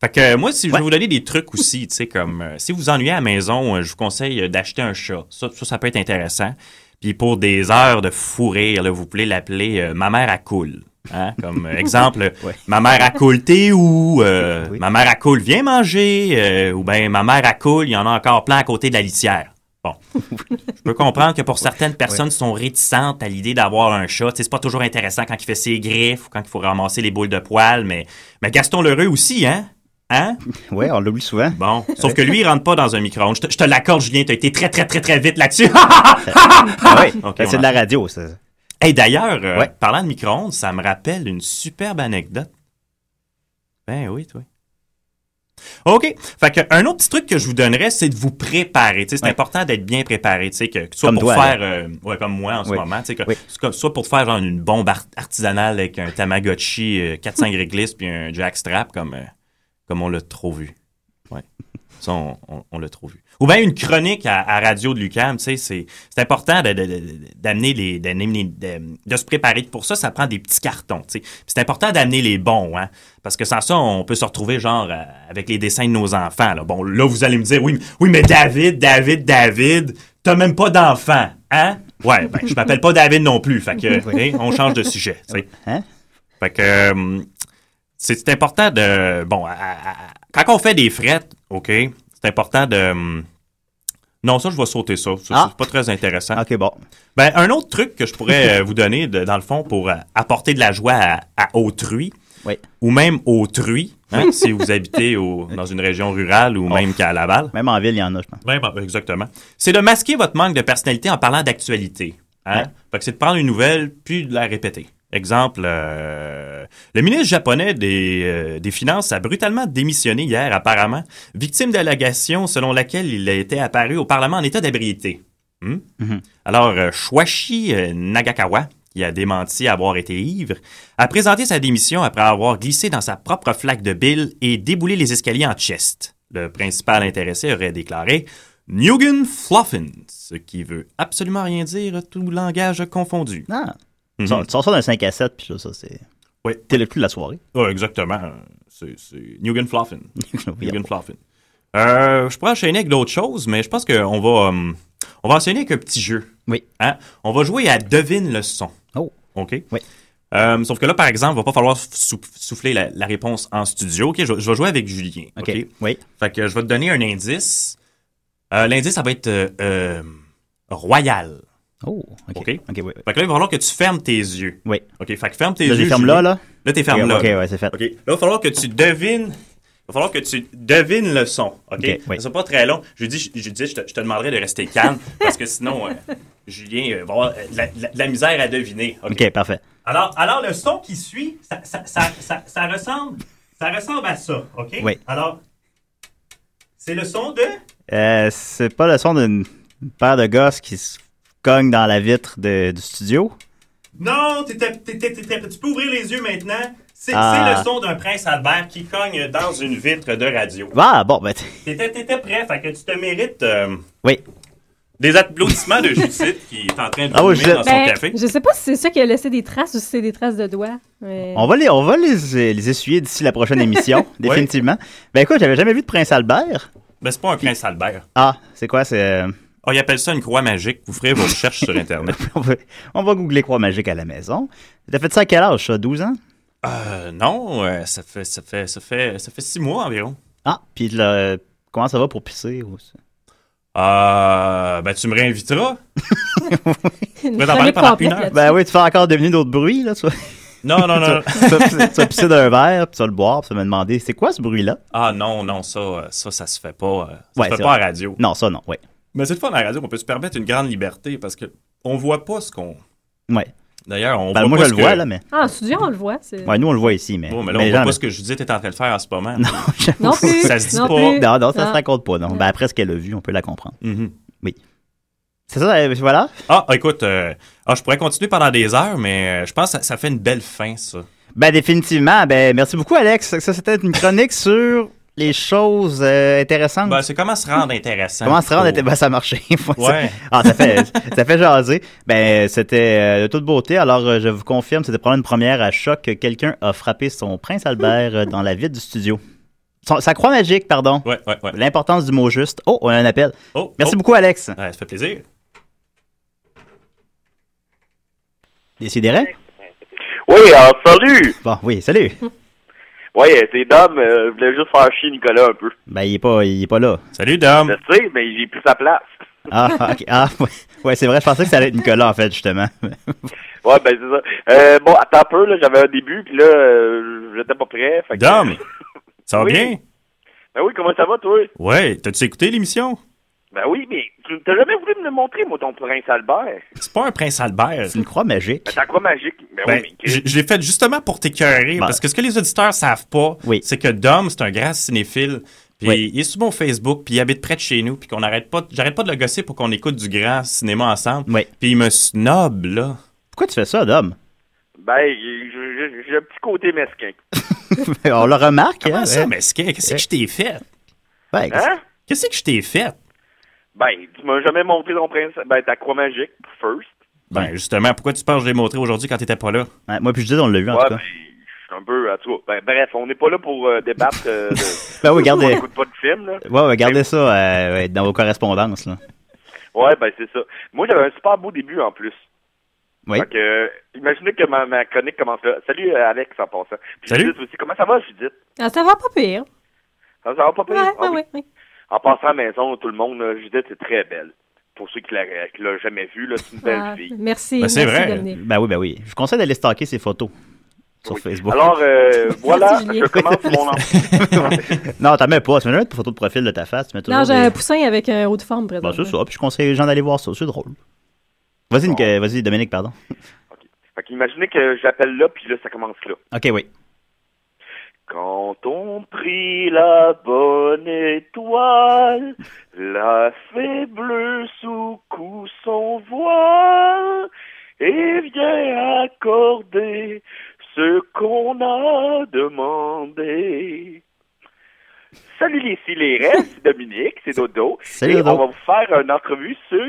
E: Fait que euh, moi, si je
D: Ouais.
E: vais vous donner des trucs aussi, tu sais, comme euh, si vous vous ennuyez à la maison, euh, je vous conseille euh, d'acheter un chat. Ça, ça, ça peut être intéressant. Puis pour des heures de fou rire, là, vous pouvez l'appeler euh, Ma mère à coule. Hein? Comme euh, exemple, euh,
D: Ouais.
E: Ma mère à coule, t'es où? Euh,
D: Oui.
E: Ma mère à coule, viens manger. Euh, ou bien Ma mère à coule, il y en a encore plein à côté de la litière. Bon. Je peux comprendre que pour certaines personnes sont réticentes à l'idée d'avoir un chat. Tu sais, C'est pas toujours intéressant quand il fait ses griffes ou quand il faut ramasser les boules de poils, mais, mais Gaston Lheureux aussi, hein? Hein?
D: Oui, on l'oublie souvent.
E: Bon. Sauf que lui, il rentre pas dans un micro-ondes. Je te, je te l'accorde, Julien, t'as été très, très, très, très vite là-dessus.
D: Ah oui,
E: Ok,
D: Ben, c'est
E: on
D: de la radio, ça.
E: Hey, d'ailleurs, euh,
D: Ouais.
E: parlant de micro-ondes, ça me rappelle une superbe anecdote. Ben oui, toi. OK. Fait que un autre petit truc que je vous donnerais, c'est de vous préparer. Tu sais, C'est
D: Ouais.
E: important d'être bien préparé. tu sais, Que, que soit
D: Comme
E: pour
D: toi,
E: faire. euh, ouais, comme moi en ce
D: Oui.
E: moment. tu sais, Que,
D: Oui.
E: que- Soit pour faire genre une bombe art- artisanale avec un Tamagotchi, euh, 400 réglisses puis un jackstrap comme, euh, comme on l'a trop vu. Ouais. Ça, on, on- on l'a trop vu. Ou bien une chronique à, à Radio de Lucam, tu sais, c'est c'est important de- de- de- d'amener les. d'amener- de, de se préparer. Pour ça, ça prend des petits cartons, tu sais. Puis C'est important d'amener les bons, hein. Parce que sans ça, on peut se retrouver, genre, euh, avec les dessins de nos enfants, là. Bon, là, vous allez me dire, oui, mais- oui mais David, David, David, t'as même pas d'enfant, hein? Ouais, ben, je m'appelle pas David non plus. Fait que, hein, on change de sujet, tu sais.
D: Hein?
E: Fait que euh, c'est c'est important de bon à- à- à- quand on fait des frettes, ok, c'est important de euh, Non, ça, je vais sauter ça. Ça,
D: Ah.
E: C'est pas très intéressant.
D: OK, bon.
E: Ben, un autre truc que je pourrais euh, vous donner, de- dans le fond, pour euh, apporter de la joie à, à autrui,
D: Oui.
E: ou même autrui, hein, si vous habitez au- dans une région rurale ou même qu'à Laval.
D: Même en ville, il y en a, je pense.
E: Même, Ben, exactement. C'est de masquer votre manque de personnalité en parlant d'actualité. Hein? Fait que c'est de prendre une nouvelle puis de la répéter. Exemple, euh, le ministre japonais des, euh, des Finances a brutalement démissionné hier, apparemment, victime d'allégations selon laquelle il a été apparu au Parlement en état d'abriété. Hmm?
D: Mhm.
E: Alors, euh, Shuachi euh, Nagakawa, qui a démenti avoir été ivre, a présenté sa démission après avoir glissé dans sa propre flaque de bile et déboulé les escaliers en chest. Le principal intéressé aurait déclaré Nugent Fluffin, ce qui veut absolument rien dire, tout langage confondu.
D: Non.
E: Mhm.
D: Ah. Tu sors ça d'un 5 à 7, puis ça, ça, c'est.
E: Oui.
D: T'es le cul de la soirée.
E: Ouais, Ah, exactement. C'est c'est Nugent Fluffin.
D: Oui.
E: Jürgen Fluffin. Euh, je pourrais enchaîner avec d'autres choses, mais je pense qu'on va, euh, on va enchaîner avec un petit jeu.
D: Oui.
E: Hein? On va jouer à Devine le son.
D: Oh.
E: OK?
D: Oui.
E: Euh, sauf que là, par exemple, il va pas falloir sou- souffler la, la réponse en studio. OK? Je, je vais jouer avec Julien. OK?
D: OK. Oui.
E: Fait que je vais te donner un indice. Euh, L'indice, ça va être euh, euh, royal.
D: Oh, OK.
E: OK.
D: OK, oui. oui.
E: Fait que là, il va falloir que tu fermes tes yeux.
D: Oui.
E: OK? Fait que ferme tes
D: Là,
E: yeux.
D: j'ai ferme
E: Julien.
D: là, là.
E: Là, t'es ferme là.
D: OK, ouais, c'est fait.
E: OK. Là, il va falloir que tu devines. Il va falloir que tu devines le son. OK?
D: OK, oui.
E: Ça sera pas très long. Je lui dis, je, lui dis, je, te, je te demanderai de rester calme parce que sinon, euh, Julien euh, va avoir euh, de la, de la- de la misère à deviner. OK.
D: OK, parfait.
E: Alors, alors, le son qui suit, ça, ça, ça, ça, ça ressemble, ça ressemble à ça. OK?
D: Oui.
E: Alors, c'est le son de.
D: Euh, c'est pas le son d'une paire de gosses qui se cognent dans la vitre de- du studio.
E: Non, t'étais- t'étais- t'étais- tu peux ouvrir les yeux maintenant. C'est
D: Ah.
E: c'est le son d'un prince Albert qui cogne dans une vitre de radio.
D: Ah, bon, ben. t-
E: T'étais, t'étais prêt, fait que tu te mérites euh,
D: Oui.
E: des applaudissements de Judith qui est en train de
D: Ah oui,
E: fumer
D: Judith.
E: dans son
F: Ben,
E: café.
F: je sais pas si c'est ça qui a laissé des traces ou si c'est des traces de doigts. mais-
D: On va les, on va les, les essuyer d'ici la prochaine émission, définitivement. Ben écoute, j'avais jamais vu de Prince Albert.
E: Ben, c'est pas un prince Albert.
D: Ah, c'est quoi? C'est. euh,
E: Oh, il appelle ça une croix magique. Vous ferez vos recherches sur Internet.
D: on, va, on va googler Croix Magique à la maison. T'as fait ça à quel âge, ça? 12 ans?
E: Euh, non, euh, ça, fait, ça, fait, ça, fait, ça fait six mois environ.
D: Ah, puis là, comment ça va pour pisser? ou ça?
E: Euh, ben, tu me réinviteras.
F: Une
E: Mais t'en parlais
F: chronique
E: pendant
F: complète
E: une heure.
F: là-dessus.
D: Ben oui, tu fais encore devenir d'autres bruits, là. Tu vas,
E: Non, non,
D: tu vas-
E: non.
D: tu vas pisser- tu vas pisser d'un verre, puis tu vas le boire, puis tu vas me demander, c'est quoi ce bruit-là?
E: ah, non, non, ça, euh, ça, ça se fait pas. euh, Ça
D: Ouais,
E: se
D: c'est
E: fait pas à
D: vrai.
E: radio.
D: Non, ça, non, oui.
E: Mais cette fois, à la radio, on peut se permettre une grande liberté parce que on voit pas ce qu'on.
D: Ouais.
E: D'ailleurs, on
D: Ben,
E: voit
D: moi,
E: pas
D: je
E: ce
D: le vois,
E: que-
D: là, mais.
F: Ah, en studio, on le voit. c'est-
D: Ouais, nous, on le voit ici, mais.
E: Bon, mais là, on
D: les
E: voit
D: gens-
E: pas ce que Judith est en train de faire en ce moment.
D: j'avoue.
F: Non plus.
E: Ça se dit
F: non
E: pas.
F: plus.
D: Non, non, ça se
F: Ah.
D: raconte pas, non. Ben, après ce qu'elle a vu, on peut la comprendre.
E: Mhm.
D: C'est ça, euh, voilà?
E: Ah, écoute, euh, ah, je pourrais continuer pendant des heures, mais euh, je pense que ça, ça fait une belle fin, ça.
D: Ben, définitivement. Ben, merci beaucoup, Alex. Ça, c'était une chronique sur les choses euh, intéressantes.
E: Ben, c'est comment se rendre intéressant.
D: Comment se rendre
E: Oh.
D: à- ben, ça a marché. Faut-
E: Ouais.
D: Ah, ça fait, ça fait jaser. Ben, c'était euh, de toute beauté. Alors, euh, je vous confirme, c'était probablement une première à choc. que Quelqu'un a frappé son prince Albert euh, dans la vitre du studio. Son- sa croix magique, pardon.
E: Ouais, ouais, ouais.
D: L'importance du mot juste. Oh, on a un appel.
E: Oh,
D: Merci
E: oh.
D: beaucoup, Alex.
E: Ouais, ça fait plaisir.
D: Décidérez.
G: Oui, alors salut!
D: Bon, oui, salut.
G: Oui, c'est Dom, euh, je voulais juste faire chier Nicolas un peu.
D: Ben, il est pas, il est pas là.
E: Salut, Dom.
G: Je sais, mais j'ai pris sa place.
D: Ah, ok. Ah, ouais. Ouais, c'est vrai. Je pensais que ça allait être Nicolas, en fait, justement.
G: Ouais, ben c'est ça. Euh, bon, attends un peu, là, j'avais un début, puis là, euh, j'étais pas prêt. fait que-
E: Dom, ça va
G: Oui.
E: bien?
G: Ben oui, comment ça va, toi?
E: Ouais, t'as-tu écouté l'émission?
G: Ben oui, mais tu t'as jamais voulu me le montrer, moi, ton prince Albert.
E: C'est pas un prince Albert.
D: C'est une croix magique.
G: Ben, ta croix magique. Ben,
E: Ben,
G: oui, mais...
E: je je l'ai fait justement pour t'écœurer,
D: Ben.
E: parce que ce que les auditeurs savent pas,
D: Oui.
E: c'est que Dom, c'est un grand cinéphile. Puis
D: Oui.
E: il est sur mon Facebook, puis il habite près de chez nous, puis qu'on arrête pas, j'arrête pas de le gosser pour qu'on écoute du grand cinéma ensemble.
D: Oui.
E: Puis il me snob, là.
D: Pourquoi tu fais ça, Dom?
G: Ben, j'ai- j'ai j'ai un petit côté mesquin.
D: on le remarque.
E: Comment
D: hein?
E: ça, mais c'est que- qu'est-ce
D: Ouais.
E: que je t'ai fait?
D: Ouais,
G: Hein?
E: Qu'est-ce que je t'ai fait?
G: Ben, tu m'as jamais montré ton prince... Ben, ta croix magique, first.
E: Ben, justement, pourquoi tu penses que je l'ai montré aujourd'hui quand t'étais pas là?
D: Ouais, moi, puis je dis, on l'a vu, en
G: Ouais,
D: tout
G: ben,
D: cas.
G: je suis un peu... En tout cas, ben, bref, on n'est pas là pour euh, débattre... euh, de...
D: Ben oui, regardez.
G: On n'écoute pas de film, là.
D: Ouais, ouais,
G: Ben,
D: gardez ça euh, ouais, dans vos correspondances. Là.
G: Ouais, ben c'est ça. Moi, j'avais un super beau début, en plus.
D: Oui.
G: Fait que, euh, imaginez que ma, ma chronique commence là. Salut, euh, Alex, en passant. Puis
E: Salut.
G: Judith aussi. Comment ça va, Judith?
F: Ah, ça va pas pire.
G: Ça, ça va pas pire?
F: Ouais,
G: Ah
F: ouais,
G: oui.
F: ouais, ouais.
G: En passant à la maison, tout le monde, là, Judith est très belle. Pour ceux qui l'a- qui l'ont jamais vue, là, c'est une belle
F: Ah,
G: fille.
F: merci.
E: Ben, c'est
F: merci,
E: vrai.
F: Dominique.
D: Ben oui, ben oui. Je vous conseille d'aller stalker ses photos sur
G: Oui.
D: Facebook.
G: Alors, euh, voilà,
F: Julien.
G: je commence mon entretien.
D: non, t'en mets pas. Tu mets jamais de photo de profil de ta face. Tu mets toujours
F: Non, j'ai un
D: des-
F: poussin avec un haut de forme
D: Ben,
F: présent.
D: c'est ça. Puis je conseille aux gens d'aller voir ça. C'est drôle. Vas-y, Nic- euh, vas-y, Dominique, pardon.
G: fait qu'imaginez que j'appelle là, puis là, ça commence là.
D: OK, oui.
G: Quand on prit la bonne étoile, la fée bleue secoue son voile et vient accorder ce qu'on a demandé. Salut les Silérets, c'est Dominique, c'est Dodo.
D: Salut,
G: et
D: Dodo.
G: on va vous faire une entrevue sur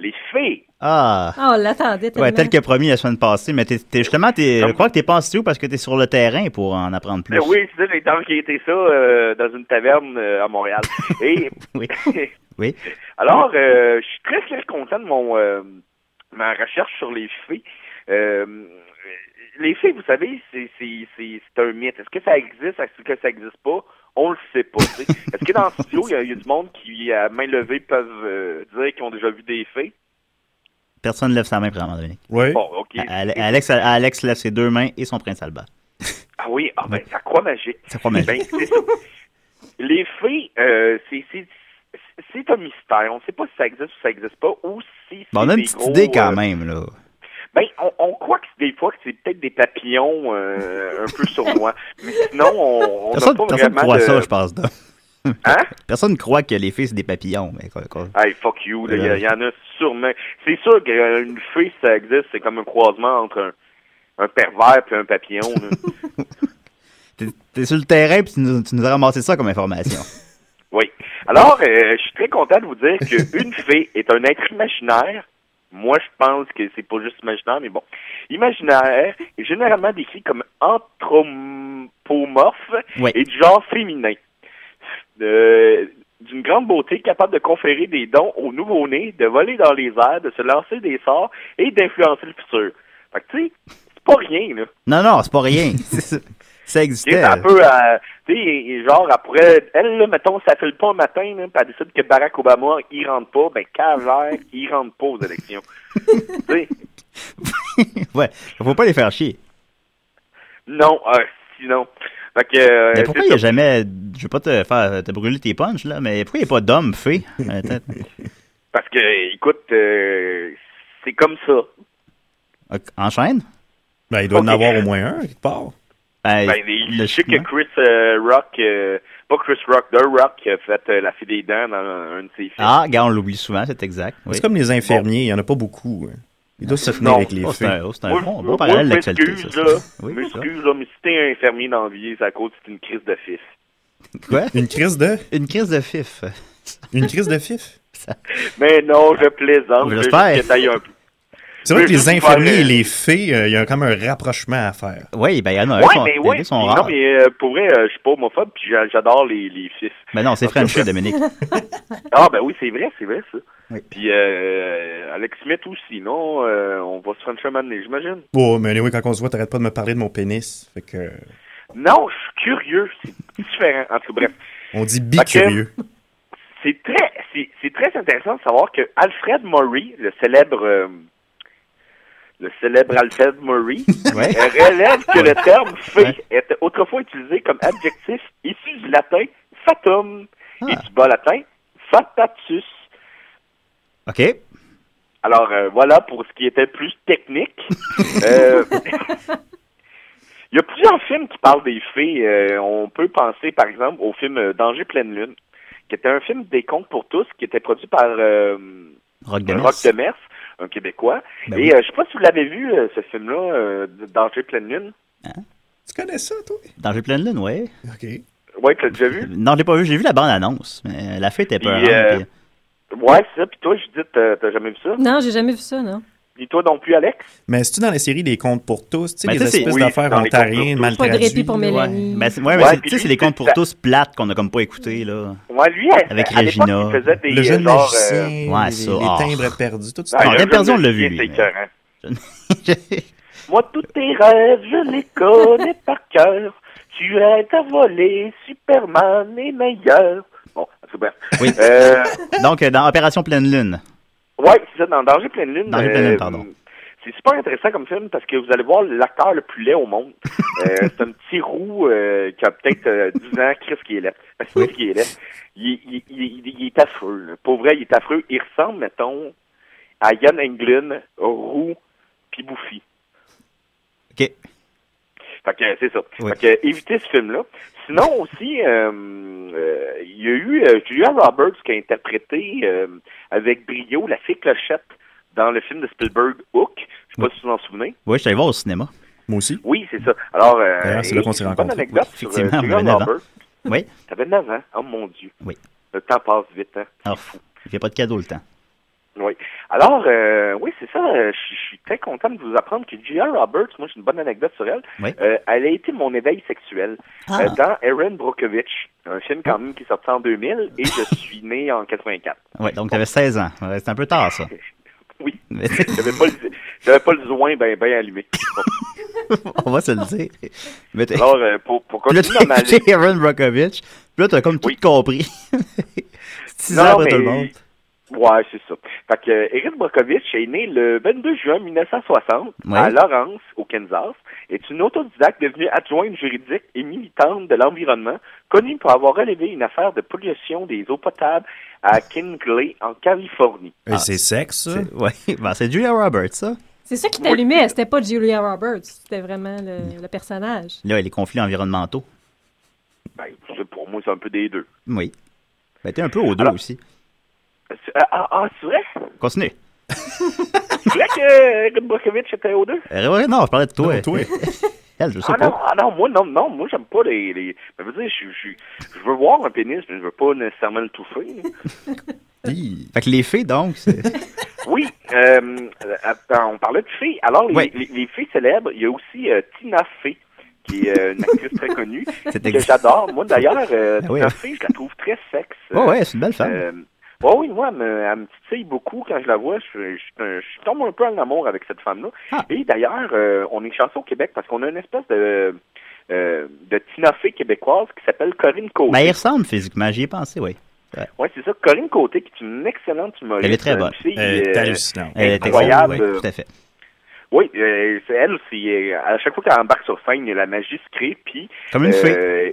G: les fées.
D: Ah.
F: Ah, on l'attendait tellement.
D: Ouais, tel que promis la semaine passée. Mais t'es, t'es- justement, t'es, je crois que t'es pas en studio parce que t'es sur le terrain pour en apprendre plus.
G: Ben oui, c'est ça, j'ai enquêté ça euh, dans une taverne euh, à Montréal. Et
D: Oui. Oui.
G: Alors, euh, je suis très, très content de mon euh, ma recherche sur les fées. Euh, les fées, vous savez, c'est c'est- c'est- c'est un mythe. Est-ce que ça existe? Est-ce que ça existe pas? On le sait pas. tu sais. Est-ce que dans le studio, il y, a- il y a du monde qui, à main levée, peuvent euh, dire qu'ils ont déjà vu des fées?
D: Personne ne lève sa main vraiment, Dominique.
E: Oui.
G: Bon, OK.
D: A- Ale- Alex, Alex lève ses deux mains et son prince Alba.
G: Ah oui, ah ben, ça croit magique.
D: Ça croit magique.
G: Ben, c'est ça. Les fées, euh, c'est- c'est c'est un mystère. On ne sait pas si ça existe ou ça n'existe pas, ou si c'est
D: Bon, Ben, on a une
G: des
D: petite
G: gros,
D: idée quand
G: euh,
D: même, là.
G: Ben, on, on croit que c'est des fois que c'est peut-être des papillons euh, un peu sournois. Mais sinon, on on n'a
D: Personne
G: pas
D: personne ne
G: vraiment
D: croit
G: de...
D: ça, je pense. Dom.
G: Hein?
D: Personne ne croit que les filles, c'est des papillons. Mais quoi- quoi-
G: Hey, fuck you. là, Il y a-
D: Euh.
G: il y, en a sûrement. C'est sûr qu'une fée, ça existe. C'est comme un croisement entre un, un pervers et un papillon. là.
D: T'es, t'es sur le terrain puis tu nous, tu nous as ramassé ça comme information.
G: Oui. Alors, euh, je suis très content de vous dire qu'une fée est un être imaginaire. Moi, je pense que c'est pas juste imaginaire, mais bon. Imaginaire est généralement décrit comme anthropomorphe
D: Oui.
G: et du genre féminin. Euh, D'une grande beauté, capable de conférer des dons aux nouveau-nés, de voler dans les airs, de se lancer des sorts et d'influencer le futur. Fait que, tu sais, c'est pas rien, là.
D: Non, non, c'est pas rien. C'est- ça
G: Tu sais,
D: existait.
G: c'est un peu, euh, tu sais, genre, après, elle, là, mettons, ça fait le pas un matin, là, puis elle décide que Barack Obama, il rentre pas, ben, Cavert, il rentre pas aux élections. tu sais,
D: ouais. Faut pas les faire chier.
G: non, euh, sinon. Fait que, euh,
D: mais pourquoi
G: c'est
D: il y a
G: ça.
D: jamais. Je veux pas te faire te brûler tes punches, là, mais pourquoi il n'y a pas Euh, d'homme fée? Attends.
G: Parce que, écoute, euh, c'est comme ça.
D: Ok, Enchaîne?
E: Ben, il doit
G: Ok.
E: en avoir au moins un, quelque part.
D: Ben,
G: Ben, il- je sais que
D: logiquement.
G: Chris euh, Rock, euh, pas Chris Rock, The Rock, a fait euh, la fille des dents dans un, un de ses films.
D: Ah, gars, on l'oublie souvent, c'est exact. Oui.
E: C'est comme les infirmiers, il n'y en a pas beaucoup. hein. Ils doivent se tenir
G: Non.
E: avec les
D: Oh, c'est
E: fées.
D: un, oh, c'est un
G: Moi,
D: bon,
G: je-
D: bon
G: moi,
D: parallèle
G: je
D: d'actualité.
G: m'excuse,
D: ça.
G: là.
D: Oui,
G: Je
D: ça.
G: m'excuse, là, mais si t'es infirmier dans la vie, c'est à cause que c'est une crise de fils.
D: Quoi?
E: Une crise de
D: Une crise de fif.
E: une crise de fif.
G: Mais non, je plaisante.
D: Mais j'espère.
G: Je veux juste que t'ailles un peu.
E: C'est vrai
G: Oui,
E: que les
G: je-
E: infirmiers et les fées, euh, il y a comme un rapprochement à faire.
D: Oui, ben il y en a un.
G: Ouais,
D: son-
G: mais
D: les
G: ouais.
D: deux sont
G: mais
D: rares.
G: non, mais euh, pour vrai, euh, je suis pas homophobe, puis j'a- j'adore les, les fils.
D: Ben non, c'est
G: En tout cas,
D: Frenchie, Dominique.
G: Ah, ben oui, c'est vrai, c'est vrai, ça.
D: Oui.
G: Puis euh, Alex Smith aussi, non? Euh, on va se faire un mané, j'imagine.
E: Bon, mais anyway, quand on se voit, t'arrêtes pas de me parler de mon pénis. Fait que, euh,
G: Non, je suis curieux. C'est différent. En tout cas, bref.
E: on dit bicurieux.
G: C'est très, c'est c'est très intéressant de savoir que Alfred Murray, le célèbre... euh, le célèbre Alfred Murray
D: Ouais.
G: euh, relève que le terme fée
D: Ouais.
G: était autrefois utilisé comme adjectif issu du latin fatum et
D: Ah.
G: du bas latin fatatus.
D: OK.
G: Alors euh, voilà pour ce qui était plus technique. Euh, Il y a plusieurs films qui parlent des fées. Euh, on peut penser par exemple au film euh, Danger pleine lune, qui était un film des contes pour tous, qui était produit par euh,
D: Rock de
G: Rock
D: Mers.
G: de Mers, un Québécois.
D: Ben
G: et
D: oui.
G: euh, je sais pas si vous l'avez vu euh, ce film-là, euh, Danger pleine lune.
E: Tu connais ça, toi?
D: Danger pleine lune, oui.
E: OK.
G: Ouais, tu l'as déjà vu.
D: Non, je l'ai pas vu. J'ai vu la bande-annonce. mais, euh, La fête était
G: Puis,
D: peur.
G: euh, Ouais, c'est ça. Puis toi, Judith, t'as t'as jamais vu ça?
F: Non, j'ai jamais vu ça, non.
G: Et toi non plus, Alex?
E: Mais c'est-tu dans les séries des contes pour tous? Tu sais,
D: Mais
E: les
D: tu sais, c'est-
E: espèces
G: oui,
E: d'affaires
G: dans les contes pour
E: ontariennes,
G: tous.
E: mal
F: Pas de répit pour
E: traduites.
F: Mélanie.
D: Ben, c'est- ouais, mais
G: Ouais,
D: c'est-
G: puis
D: tu sais,
G: lui,
D: c'est les contes pour
G: ça-
D: tous plates qu'on a comme pas écouté, là.
G: Ouais, lui, à-
D: Avec
G: à l'époque,
D: Regina.
G: il faisait des
E: Le jeune
G: euh, genre,
E: magicien,
G: euh, Ben,
E: les-
D: Ouais,
E: les,
D: ça, oh.
E: timbres perdus, tout ça.
G: ouais,
D: Non,
G: le
D: Jean
G: jeune
D: Perdu, on l'a vu,
G: magicien,
D: lui, hein.
G: c'est
D: mais-
G: écœurant. Moi, tous tes rêves, je les connais par cœur. Tu es à voler, Superman est meilleur. Bon, Super.
D: Oui.
G: Euh,
D: Donc, euh, dans Opération Pleine Lune.
G: ouais, c'est ça, dans Danger Pleine Lune. euh,
D: Danger Pleine Lune, pardon.
G: C'est super intéressant comme film parce que vous allez voir l'acteur le plus laid au monde. Euh, c'est un petit roux euh, qui a peut-être euh, 12 ans, Chris qui est laid. Chris qui est laid. Il, il, il- il- il est affreux. là. Pour vrai, il est affreux. Il ressemble, mettons, à Ian Englund, roux, puis bouffi.
D: OK.
G: Fait que euh, c'est ça.
B: Oui.
G: Fait que euh, évitez ce film-là. Sinon aussi, euh, euh, il y a eu euh, Julia Roberts qui a interprété euh, avec brio la fille clochette dans le film de Spielberg Hook. Je sais pas si vous vous en souvenez.
D: Oui, je suis allé voir au cinéma.
E: Moi aussi.
G: Oui, c'est ça. Alors, euh,
E: D'ailleurs, c'est là
G: et-
E: qu'on s'est
G: une
E: rencontrés.
G: Bonne anecdote
D: Oui,
G: sur euh,
D: effectivement, on
G: Julia
D: avait neuf ans.
G: Roberts.
D: Oui.
G: T'avais 9 ans. Oh mon Dieu.
D: Oui.
G: Le temps passe vite, hein.
D: Alors, il n'y a pas de cadeau le temps.
G: Oui. Alors, euh, oui, c'est ça. euh, Je je suis très content de vous apprendre que Julia Roberts, moi, j'ai une bonne anecdote sur elle.
D: Oui.
G: Euh, elle a été mon éveil sexuel
A: Ah.
G: Euh, dans Erin Brockovich, un film quand même qui est sorti en 2000 et je suis né en 84.
D: Oui, donc tu avais 16 ans. Ouais, C'est un peu tard, ça.
G: Oui,
D: Mais-
G: j'avais pas le, j'avais pas le zoin bien ben allumé.
D: on va se le dire. Mais t'es-
G: Alors, euh, pour, pour
D: Puis là,
G: continuer
D: tu
G: dans ma ligne-
D: écouté Aaron Brockovich. Puis là, tu as comme tout
G: Oui.
D: compris. 6 ans
G: Non,
D: après
G: mais-
D: tout le monde.
G: Ouais, c'est ça. Fait que euh, Erin Brockovich est né le 22 juin 1960
D: Ouais.
G: à Lawrence, au Kansas, est une autodidacte devenue adjointe juridique et militante de l'environnement, connue pour avoir relevé une affaire de pollution des eaux potables à Kingley, en Californie.
E: Et c'est sexe, ça?
D: Ah. C'est- Ouais, ben, c'est Julia Roberts, ça.
F: C'est ça qui t'allumait, c'était pas Julia Roberts, c'était vraiment le, le personnage.
D: Là, les conflits environnementaux.
G: Ben, c'est- pour moi, c'est un peu des deux.
D: Oui. Ben, t'es un peu aux deux
G: Alors-
D: aussi.
G: Euh, Ah, ah, c'est vrai?
D: Continue.
G: C'est vrai que euh, Erin Brockovich était aux deux?
D: Euh, ouais, non, je parlais de toi.
E: Non, toi.
D: Elle, je sais
G: Ah non,
D: pas.
G: ah non, moi, non, non, moi, j'aime pas les. les... Ben, je veux dire, je, je, je veux voir un pénis, mais je veux pas nécessairement le toucher. là.
D: Hi. Fait que les fées, donc, c'est...
G: Oui, euh, euh, on parlait de fées. Alors, les,
D: Oui.
G: les, les fées célèbres, il y a aussi euh, Tina Fey, qui est euh, une actrice très connue,
D: C'est
G: que
D: exact.
G: j'adore. Moi, d'ailleurs, euh,
D: Ah oui, hein.
G: Tina Fey, je la trouve très sexe.
D: Ouais, ouais, c'est une belle femme.
G: Euh, ouais, oui, moi, elle me, elle me titille beaucoup quand je la vois. Je, je- je tombe un peu en amour avec cette femme-là.
D: Ah.
G: Et d'ailleurs, euh, on est chanceux au Québec parce qu'on a une espèce de, euh, de Tina Fey québécoise qui s'appelle Corinne Côté.
D: Ben, il ressemble physiquement, j'y ai pensé, oui.
G: Ouais, c'est ça. Corinne Côté, qui est une excellente humoriste.
D: Elle est très bonne.
G: Une fille,
E: Euh,
G: euh,
E: T'es hallucinant.
D: Elle est
G: Incroyable.
D: excellente, oui, tout à fait.
G: oui, euh, c'est elle, c'est, euh, à chaque fois qu'elle embarque sur scène, il y a la magie se crée, puis...
D: Comme une fée.
G: euh,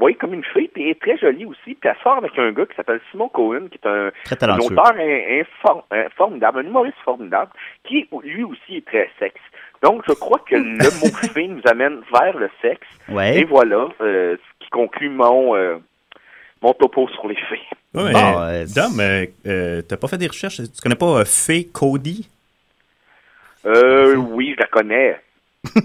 G: oui, comme une fille, puis elle est très jolie aussi, puis elle sort avec un gars qui s'appelle Simon Cohen, qui est un,
D: Très
G: un
D: talentueux.
G: auteur in- infor- euh, formidable, un humoriste formidable, qui lui aussi est très sexe. Donc, je crois que le mot fille nous amène vers le sexe.
D: Ouais.
G: Et voilà euh, ce qui conclut mon, euh, mon topo sur les filles.
E: Ouais, mais,
D: Bon, euh,
E: Dom, euh, euh, t'as pas fait des recherches? Tu connais pas euh, Fée Cody?
G: Euh, oui, je la connais.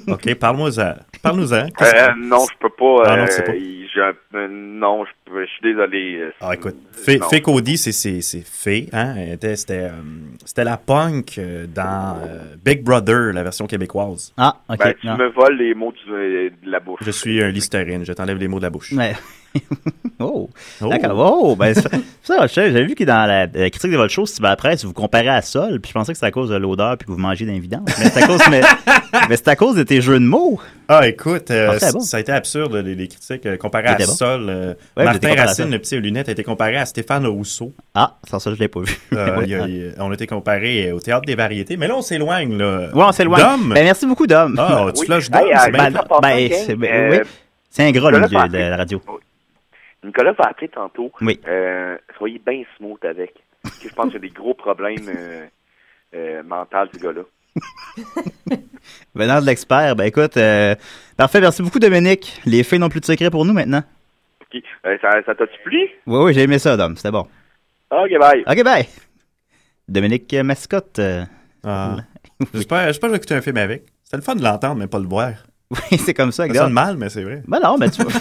E: OK, parle-moi-en. Parle-nous-en. Qu'est-ce que-
G: Euh, non, je peux pas.
E: Ah, non,
G: euh,
E: c'est pas-
G: j'ai un- euh, non, je, peux- je suis désolé. euh,
E: Ah, écoute,
G: c'est-
E: Fée,
G: non.
E: Fée Cody, c'est- c'est c'est Fée, hein? Elle était- C'était euh, c'était la punk euh, dans euh, Big Brother, la version québécoise.
D: Ah, OK.
G: Ben, tu
D: non.
G: me voles les mots du- euh, de la bouche.
E: Je suis un listerine, je t'enlève les mots de la bouche.
D: Ouais. oh,
E: Oh.
D: d'accord. Oh, ben, ça, ça, je sais, j'avais vu que dans la euh, critique de votre show, si ben, après, si vous comparez à Sol, puis je pensais que c'était à cause de l'odeur puis que vous mangez d'invidence. Mais c'est à cause, mais, mais c'est à cause de tes jeux de mots.
E: Ah, écoute, euh,
D: Ah, c'était
E: c-
D: bon.
E: ça a été absurde, les, les critiques. euh, comparé à
D: C'était bon.
E: Sol,
D: Ouais,
E: euh,
D: vous étiez
E: Martin
D: comparé à
E: Racine,
D: Sol.
E: le petit aux lunettes, a été comparé à Stéphane Rousseau.
D: Ah, sans ça, je l'ai pas vu.
E: Euh,
D: Ouais.
E: il y a- il y a- on a été comparé euh, au Théâtre des variétés. Mais là, on s'éloigne, là.
D: Ouais, on s'éloigne.
E: Dom!
D: Ben, merci beaucoup, Dom.
E: Ah, tu
G: Oui.
E: flushes Dom,
G: Hey,
E: c'est
G: euh,
E: bien
D: ben,
G: ça
E: fait.
G: passe
D: ben,
G: pas, gang.
D: c'est ben,
G: Euh,
D: oui. C'est un gras, le
G: Nicolas
D: milieu de
G: Parfait.
D: la radio.
G: Nicolas va appeler tantôt.
D: Oui.
G: Euh, soyez bien smooth avec. Parce que je pense qu'il y a des gros problèmes euh, euh, mentaux, ce gars-là.
D: Venant de l'expert, ben écoute, euh, parfait, merci beaucoup Dominique. Les filles n'ont plus de secret pour nous maintenant.
G: Ok. Euh, ça ça t'a-tu plu?
D: Oui, oui, j'ai aimé ça, Dom, c'était bon.
G: Ok, bye.
D: Ok, bye! Dominique euh, Mascotte. euh,
E: Ah. J'espère j'espère que je vais écouter un film avec. C'était le fun de l'entendre, mais pas le voir.
D: oui, c'est comme ça,
E: Ça
D: gars.
E: sonne mal, mais c'est vrai.
D: Ben non, ben tu vois.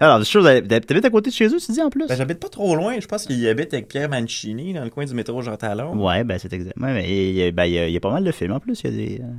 D: Alors, des choses, t'habites à côté de chez eux, tu dis en plus?
E: Ben, j'habite pas trop loin. Je pense qu'il habite avec Pierre Mancini dans le coin du métro Jean Talon.
D: Ouais, ben c'est exact. Ouais, mais il y, a- ben, il y a- il y a pas mal de films en plus. Il y a des. euh,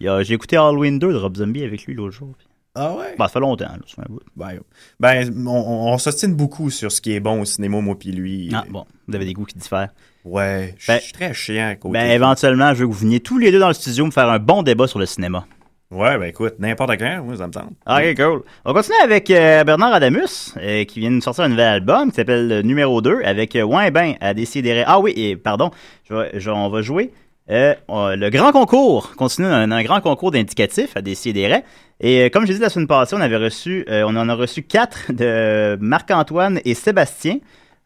D: il y a- J'ai écouté Halloween 2 de Rob Zombie avec lui l'autre jour. puis-
E: Ah ouais?
D: Ben, ça fait longtemps, là, c'est un bout.
E: Ben, ben, on, on- on s'ostine beaucoup sur ce qui est bon au cinéma, moi puis lui.
D: Ah, bon, vous avez des goûts qui diffèrent.
E: Ouais, je
D: Ben-
E: suis très chiant à côté.
D: Ben, éventuellement, je veux que vous veniez tous les deux dans le studio me faire un bon débat sur le cinéma.
E: Ouais, ben écoute, n'importe quand, moi, ça me semble.
D: Ah, Ok, cool. On continue avec euh, Bernard Adamus, euh, qui vient de sortir un nouvel album qui s'appelle euh, Numéro 2, avec euh, Ouais ben, à décider. Ah oui, et pardon, je vais- je- on va jouer. euh, on- le grand concours continue un, un grand concours d'indicatifs à décider. Et euh, comme j'ai dit la semaine passée, on avait reçu, euh, on en a reçu quatre de Marc-Antoine et Sébastien.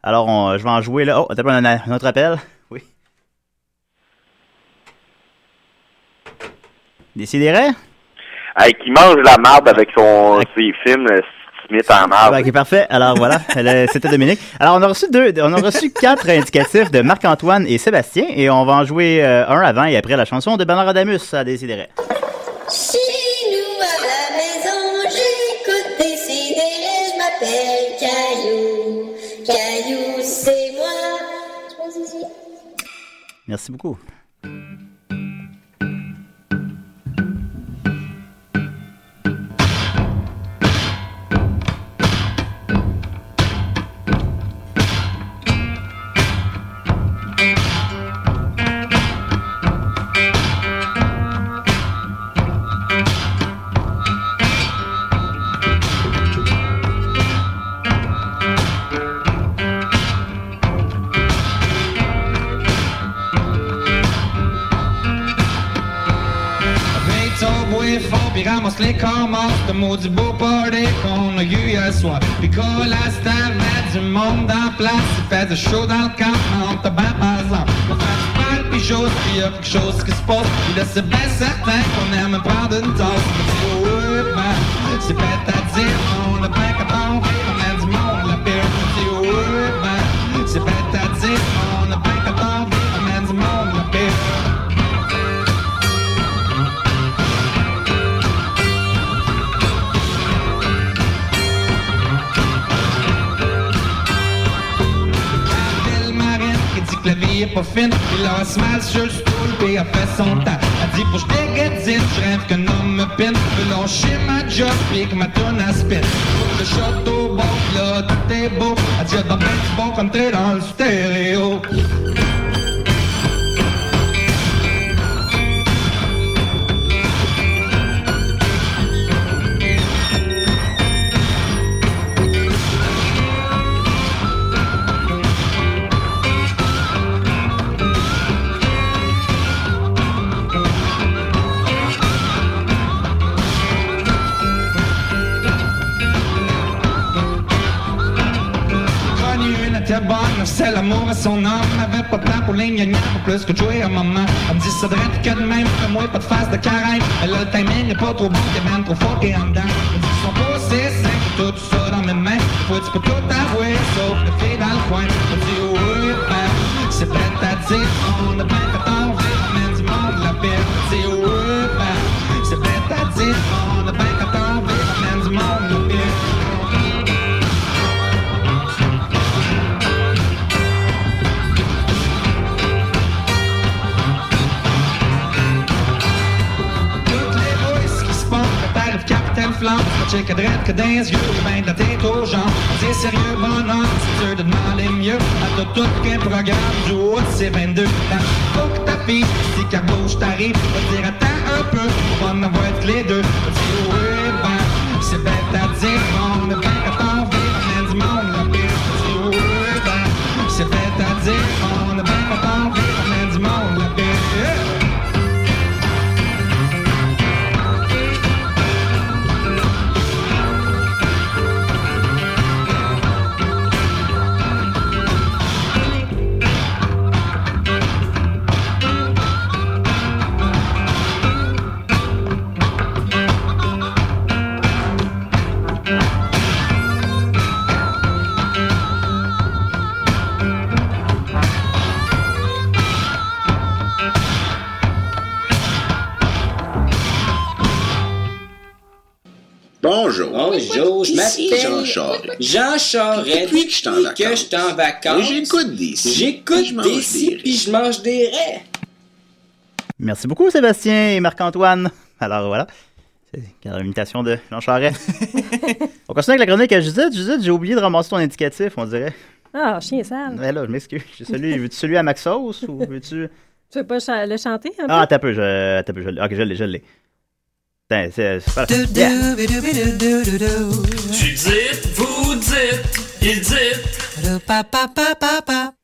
D: Alors, on- je vais en jouer là. Oh, attends, on a un autre appel. Oui. Décidérez?
G: Hey, qui mange la marde avec
D: euh,
G: son, ses films, le Smith en
D: Ah,
G: marde.
D: bah, ok, parfait. Alors voilà, le- c'était Dominique. Alors on a reçu deux, on a reçu quatre indicatifs de Marc-Antoine et Sébastien et on va en jouer euh, un avant et après la chanson de Bernard Adamus à Décideret.
H: Chez nous à la maison, j'écoute des sidérés, je m'appelle Caillou. Caillou, c'est moi. Je pense que c'est-
D: Merci beaucoup.
I: Vingt ans, bois fort, pis ramasse les corps morts de maudit beau party qu'on a eu hier soir. Pis colle la star, met du monde en place, il fait du chaud dans le camp, on te bat par exemple. On fait du mal, pis j'ose, pis y'a quelque chose qui se passe. Pis là, c'est bien certain qu'on aime prendre une tasse. On dit, oh, man, c'est bête à dire, on a bien qu'à tomber, on a du monde, la pire. On dit, oh, man, c'est bête à dire, on a bien qu'à tomber, on a du monde, la pire. Belle marine qui dit que la vie est pas fine. Il lance mal sur le stool et a fait son temps. Elle dit pour je dégadine, je rêve qu'un homme me pine. Je veux lâcher ma job pis que ma tourne à spin. Le shot au bon, pis là tout est beau. Elle dit dans ben du bon comme t'es dans le stéréo. connu une était bonne, c'est l'amour à son homme. Avait pas de temps pour les gnagnans, pas plus que de jouer un moment. Elle me dit, ça devrait être que de même, comme moi, pas de face de carême. Mais le timing est pas trop bon, t'es même trop fort et en dedans. Elle dit, son beau, c'est simple, tout ça dans mes mains. Faut que tu peux tout avouer, sauf le fait dans le coin. Elle dit, oui, ben, c'est bête à dire, on a bien fait en vie, on met du monde la pire. Elle dit, oui, ben, c'est bête à dire, on a bien fait en vie, on met du monde la pire. Toutes les voices qui se pompent, le tarif Capitaine Flamme, le check à droite que dans les yeux, le bain de la tête aux jambes. On dit sérieux, bonhomme, c'est dur de demander mieux. À tout, tout qu'un programme, du haut, de ses 22 ans. Faut que ta fille, si qu'à bouche t'arrive, va dire attends un peu, on va en avoir être les deux. On dit oui, ben, c'est bête à dire, on a bien qu'à t'en vivre, on a du monde, la pire. On dit oui, ben, c'est bête à dire, on a bien qu'à t'en vivre, on a du monde, la pire.
J: Bonjour. Bonjour, Ah je m'appelle Jean Charest. Jean Charest. Depuis que je suis en vacances. que je suis en vacances. J'écoute des J'écoute des si, puis je mange des raies.
D: Merci beaucoup Sébastien et Marc-Antoine. Alors voilà, c'est une imitation de Jean Charest. on continue avec la chronique à Judith. Judith, j'ai oublié de ramasser ton indicatif, on dirait.
F: Ah, chien sale.
D: Ouais, là, je m'excuse. J'ai Celui, veux-tu celui à Maxos ou veux-tu
F: Tu veux pas cha- le chanter un peu?
D: Ah, t'as peu, je, t'as peu, je l'ai. Ok, je l'ai, je l'ai. T'as C'est- c'est- c'est pas- Yeah.
C: Tu dites, vous dites, il dit.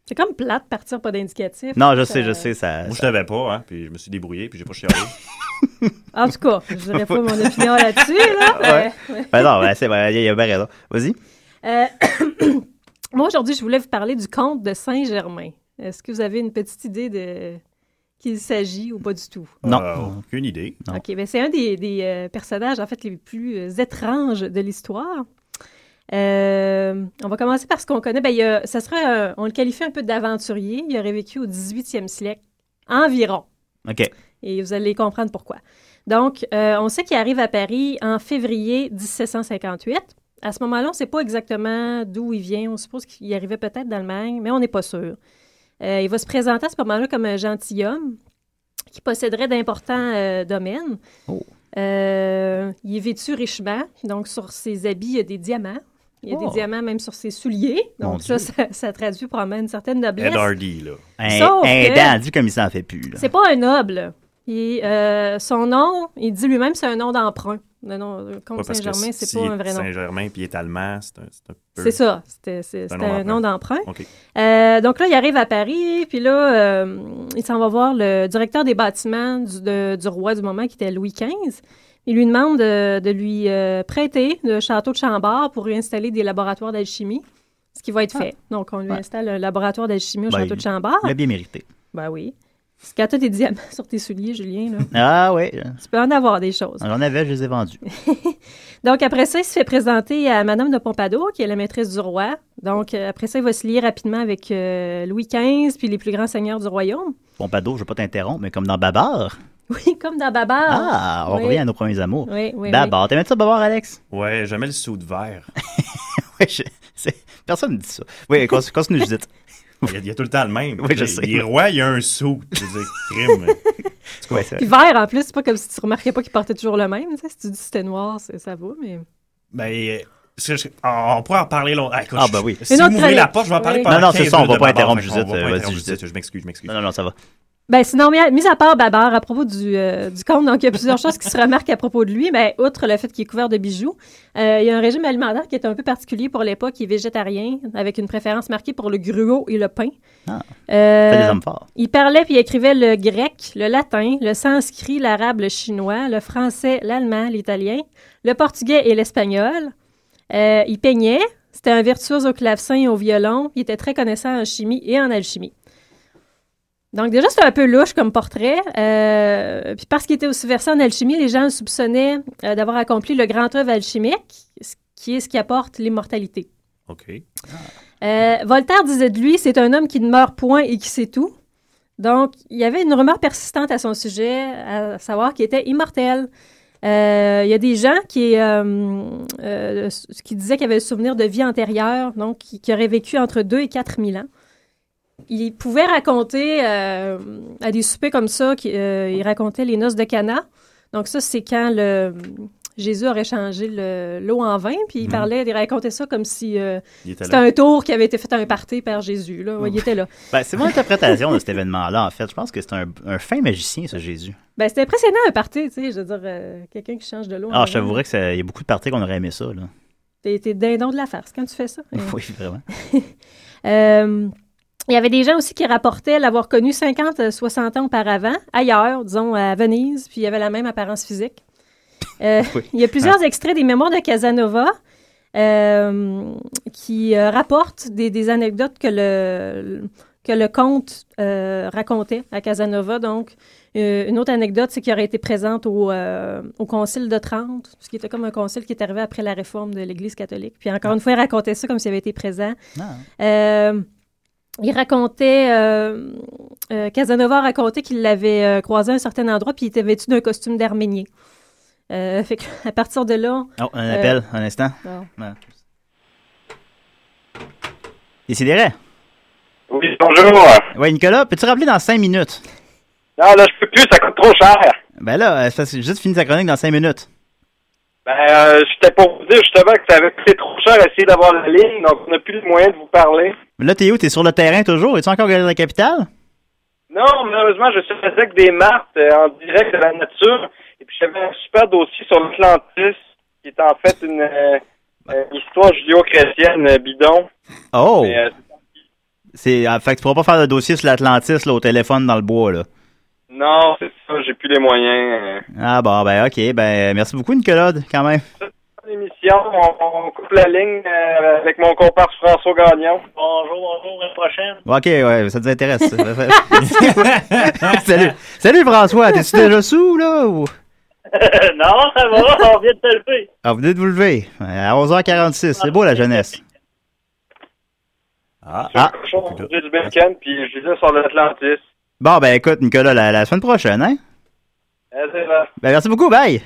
F: C'est comme plate partir pas d'indicatif. Euh,
D: Non, je sais,
F: Ça-
D: je sais, ça.
E: Moi, je
D: ça-
E: l'avais pas, hein, puis je me suis débrouillé, puis j'ai pas chialé.
F: En tout cas, je dirais pas mon opinion là-dessus. Là, Euh,
D: Ouais.
F: mais-
D: Ben non, ben, c'est vrai, il y a bien raison. Vas-y.
F: Euh, moi, aujourd'hui, je voulais vous parler du conte de Saint-Germain. Est-ce que vous avez une petite idée de qu'il s'agit ou pas du tout?
D: Non.
E: Euh, aucune idée.
D: Non.
F: OK, ben c'est un des, des, euh, personnages, en fait, les plus euh, étranges de l'histoire. Euh, on va commencer par ce qu'on connaît. Ben, il y a- ça serait, un- on le qualifie un peu d'aventurier. Il aurait vécu au 18e siècle environ.
D: OK.
F: Et vous allez comprendre pourquoi. Donc, euh, on sait qu'il arrive à Paris en février 1758. À ce moment-là, on ne sait pas exactement d'où il vient. On suppose qu'il arrivait peut-être d'Allemagne, mais on n'est pas sûr. Euh, il va se présenter à ce moment-là comme un gentilhomme qui posséderait d'importants euh, domaines.
D: Oh.
F: Euh, il est vêtu richement, donc sur ses habits, il y a des diamants. Il y a
D: Oh.
F: des diamants même sur ses souliers.
D: Mon
F: Donc ça, ça, ça traduit probablement une certaine noblesse.
E: Ed Hardy, là.
D: Un,
F: Sauf
D: un
F: que-
D: dent, dis comme il s'en fait plus. Là.
F: C'est pas un noble. Il- euh, son nom, il dit lui-même, c'est un nom d'emprunt. Le nom le
E: Ouais,
F: comte
E: parce que
F: Saint-Germain, c'est
E: si
F: pas un vrai nom.
E: Saint-Germain, puis il est allemand, c'est un, c'est un peu.
F: C'est ça, c'était c'est-
E: C'est un
F: c'était un
E: nom
F: nom d'emprunt.
E: OK.
F: Euh, donc là, il arrive à Paris, puis là, euh, il s'en va voir le directeur des bâtiments du, de- du roi du moment, qui était Louis XV. Il lui demande de, de lui euh, prêter le château de Chambord pour y installer des laboratoires d'alchimie, ce qui va
E: Ah.
F: être fait. Donc, on lui
D: Ouais.
F: installe un laboratoire d'alchimie au
D: Ben,
F: château de Chambord.
D: Il l'a bien mérité.
F: Ben oui. Parce que quand t'as tes diamants sur tes souliers, Julien, là,
D: Ah oui,
F: tu peux en avoir des choses.
D: j'en avais, je les ai vendus.
F: Donc, après ça, il se fait présenter à Madame de Pompadour, qui est la maîtresse du roi. Donc, euh, après ça, il va se lier rapidement avec euh, Louis XV, puis les plus grands seigneurs du royaume.
D: Pompadour, je ne vais pas t'interrompre, mais comme dans Babar.
F: Oui, comme dans Babar.
D: Ah, on
F: oui.
D: revient à nos premiers amours.
F: Oui, oui,
D: Babar, t'aimes ça Babar, Alex?
E: Ouais, jamais le sou de verre.
D: Oui, je- c'est- personne ne dit ça. Oui, con- continue, Judith.
E: Il y, a, il y a tout le temps le même.
D: Oui, je sais.
E: Les rois, il y a un sou. Je veux dire, crime.
D: Ouais, c'est
F: Puis vert, en plus, c'est pas comme si tu remarquais pas qu'il portait toujours le même. tu sais. Si tu dis que c'était noir, c'est- ça va, mais...
E: ben, euh, c'est- je- on on pourrait en parler longtemps. écoute,
D: Ah,
E: je-
D: ben oui.
E: Si
F: Une
E: vous
F: autre
E: m'ouvrez la
F: chronique.
E: porte, je vais en parler
F: Oui.
E: pendant
D: Non, non, c'est
E: 15
D: ça, on va
E: minutes
D: pas
E: de bord.
D: interrompre
E: Fait
D: Judith,
E: qu'on va
D: euh,
E: pas
D: vas-y,
E: interrompre
D: Judith.
E: Je m'excuse, je m'excuse.
D: Non, non, non, ça va.
F: Ben, sinon, mis à, mis à part Babar, à propos du, euh, du conte, donc il y a plusieurs choses qui se remarquent à propos de lui, mais outre le fait qu'il est couvert de bijoux, euh, il y a un régime alimentaire qui est un peu particulier pour l'époque, qui est végétarien, avec une préférence marquée pour le gruau et le pain.
D: Ah.
F: Euh,
D: T'as des hommes forts.
F: il parlait puis il écrivait le grec, le latin, le sanskrit, l'arabe, le chinois, le français, l'allemand, l'italien, le portugais et l'espagnol. Euh, il peignait. C'était un virtuose au clavecin et au violon. Il était très connaissant en chimie et en alchimie. Donc déjà, c'était un peu louche comme portrait. Euh, puis parce qu'il était aussi versé en alchimie, les gens le soupçonnaient euh, d'avoir accompli le grand œuvre alchimique, ce qui est ce qui apporte l'immortalité.
E: OK.
F: Euh, Voltaire disait de lui, c'est un homme qui ne meurt point et qui sait tout. Donc, il y avait une rumeur persistante à son sujet, à savoir qu'il était immortel. Euh, il y a des gens qui, euh, euh, s- qui disaient qu'il avait le souvenir de vie antérieure, donc qui, qui aurait vécu entre 2 et 4 000 ans. Il pouvait raconter euh, à des soupers comme ça, qu'il, euh, il racontait les noces de Cana. Donc ça, c'est quand le, Jésus aurait changé le- l'eau en vin, puis il
D: Mhm.
F: parlait, il racontait ça comme si euh,
E: Il était
F: c'était
E: là.
F: un tour qui avait été fait à un party par Jésus. Là. Ouais, il était là.
D: Ben, c'est mon interprétation de cet événement-là, en fait. Je pense que c'est un, un fin magicien, ce Jésus.
F: Ben, c'était impressionnant un party, tu sais. Je veux dire, euh, quelqu'un qui change de l'eau.
D: Ah, je t'avouerais qu'il y a beaucoup de parties qu'on aurait aimé ça, là.
F: T'es t'es dindon de la farce quand tu fais ça. Euh,
D: Oui, vraiment.
F: Euh, il y avait des gens aussi qui rapportaient l'avoir connu 50, euh, 60 ans auparavant, ailleurs, disons à Venise, puis il avait la même apparence physique. Euh,
D: Oui.
F: Il y a plusieurs extraits des mémoires de Casanova euh, qui euh, rapportent des, des anecdotes que le, que le comte euh, racontait à Casanova. Donc, euh, une autre anecdote, c'est qu'il aurait été présente au, euh, au Concile de Trente, ce qui était comme un concile qui est arrivé après la réforme de l'Église catholique. Puis encore une fois, il racontait ça comme s'il avait été présent.
D: Ah.
F: Euh, il racontait, euh, euh, Casanova racontait qu'il l'avait euh, croisé à un certain endroit, puis il était vêtu d'un costume d'Arménien. Euh, fait que, à partir de là,
D: Oh, un appel, un instant. Ouais. Décidérez.
G: Oui, bonjour.
D: Ouais, Nicolas, peux-tu rappeler dans 5 minutes?
G: Non, là, je peux plus, ça coûte trop cher.
D: Ben là, euh, c'est parce que j'ai juste fini sa chronique dans 5 minutes.
G: Ben, euh, j'étais pour vous dire justement que ça avait coûté trop cher à essayer d'avoir la ligne, donc on n'a plus le moyen de vous parler.
D: Mais Là, t'es où? T'es sur le terrain toujours? Es-tu encore galère de la capitale?
G: Non, malheureusement, je suis avec des martes euh, en direct de la nature. Il
K: puis j'avais un super dossier sur l'Atlantis, qui est en fait une, euh, euh, histoire judéo-chrétienne euh, bidon.
D: Oh!
K: Mais, euh,
D: C'est, ah, fait que tu pourras pas faire de dossier sur l'Atlantis là, au téléphone dans le bois. Là.
K: non, c'est ça, j'ai plus les moyens. euh.
D: Ah bon, ben ok, ben merci beaucoup Nicolas, quand même.
K: L'émission, on, on coupe la ligne euh, avec mon comparse François Gagnon. Bonjour, bonjour, à la prochaine.
D: Ok, ouais, ça nous intéresse. Salut. Salut François, t'es-tu déjà sous là? Ou...
L: non, ça va, on vient de te lever.
D: Ah, vous venez de vous lever à 11h46, c'est beau la jeunesse. Ah, ah.
K: J'ai du bacon, puis je disais sur l'Atlantis.
D: Bon, ben écoute Nicolas, la, la semaine prochaine, hein?
K: Euh, c'est ça.
D: Ben merci beaucoup, bye!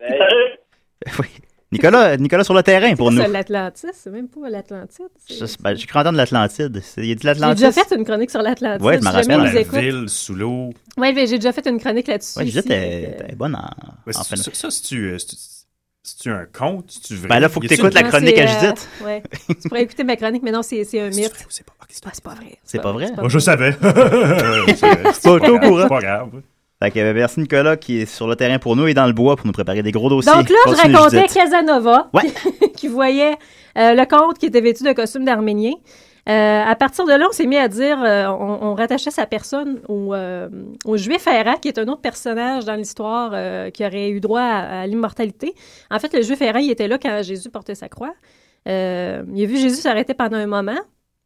K: Salut.
D: Nicolas, Nicolas sur le terrain pour nous.
F: C'est l'Atlantis, c'est même pas l'Atlantis.
D: Je, ben, j'ai cru entendre l'Atlantide. C'est- Il y a dit
F: J'ai
D: l'Atlantis.
F: déjà fait une chronique sur l'Atlantis.
D: Ouais, je m'en
F: si jamais
D: rappelle.
F: ils écoutent.
E: sous l'eau.
F: Ouais, mais j'ai déjà fait une chronique là-dessus.
D: Ouais, déjà,
F: ici,
D: t'es,
F: donc, euh,
D: t'es bonne en,
E: Ouais,
D: en
E: c'est-
D: phénomène.
E: ça, ça, c'est-tu euh, c'est- c'est-tu un conte? C'est-tu vrai?
D: Ben là, faut que
E: Y a-tu
D: t'écoutes
E: une-
D: la chronique
F: c'est,
D: à
F: euh,
D: Judith.
F: ouais. tu pourrais écouter ma chronique, mais non, c'est c'est un mythe.
E: C'est pas,
F: Ah, c'est pas vrai.
D: C'est pas vrai?
E: Oh, je savais. C'est
D: Pas au
E: grave,
D: courant.
E: c'est pas grave.
D: Fait que, euh, merci Nicolas qui est sur le terrain pour nous et dans le bois pour nous préparer des gros dossiers.
F: Donc là,
D: Continue,
F: je racontais
D: Judith.
F: Casanova,
D: Ouais.
F: qui voyait euh, le comte qui était vêtu d'un costume d'Arménien. Euh, à partir de là, on s'est mis à dire, euh, on, on rattachait sa personne au, euh, au juif errant, qui est un autre personnage dans l'histoire euh, qui aurait eu droit à, à l'immortalité. En fait, le juif errant, il était là quand Jésus portait sa croix. Euh, il a vu Jésus s'arrêter pendant un moment.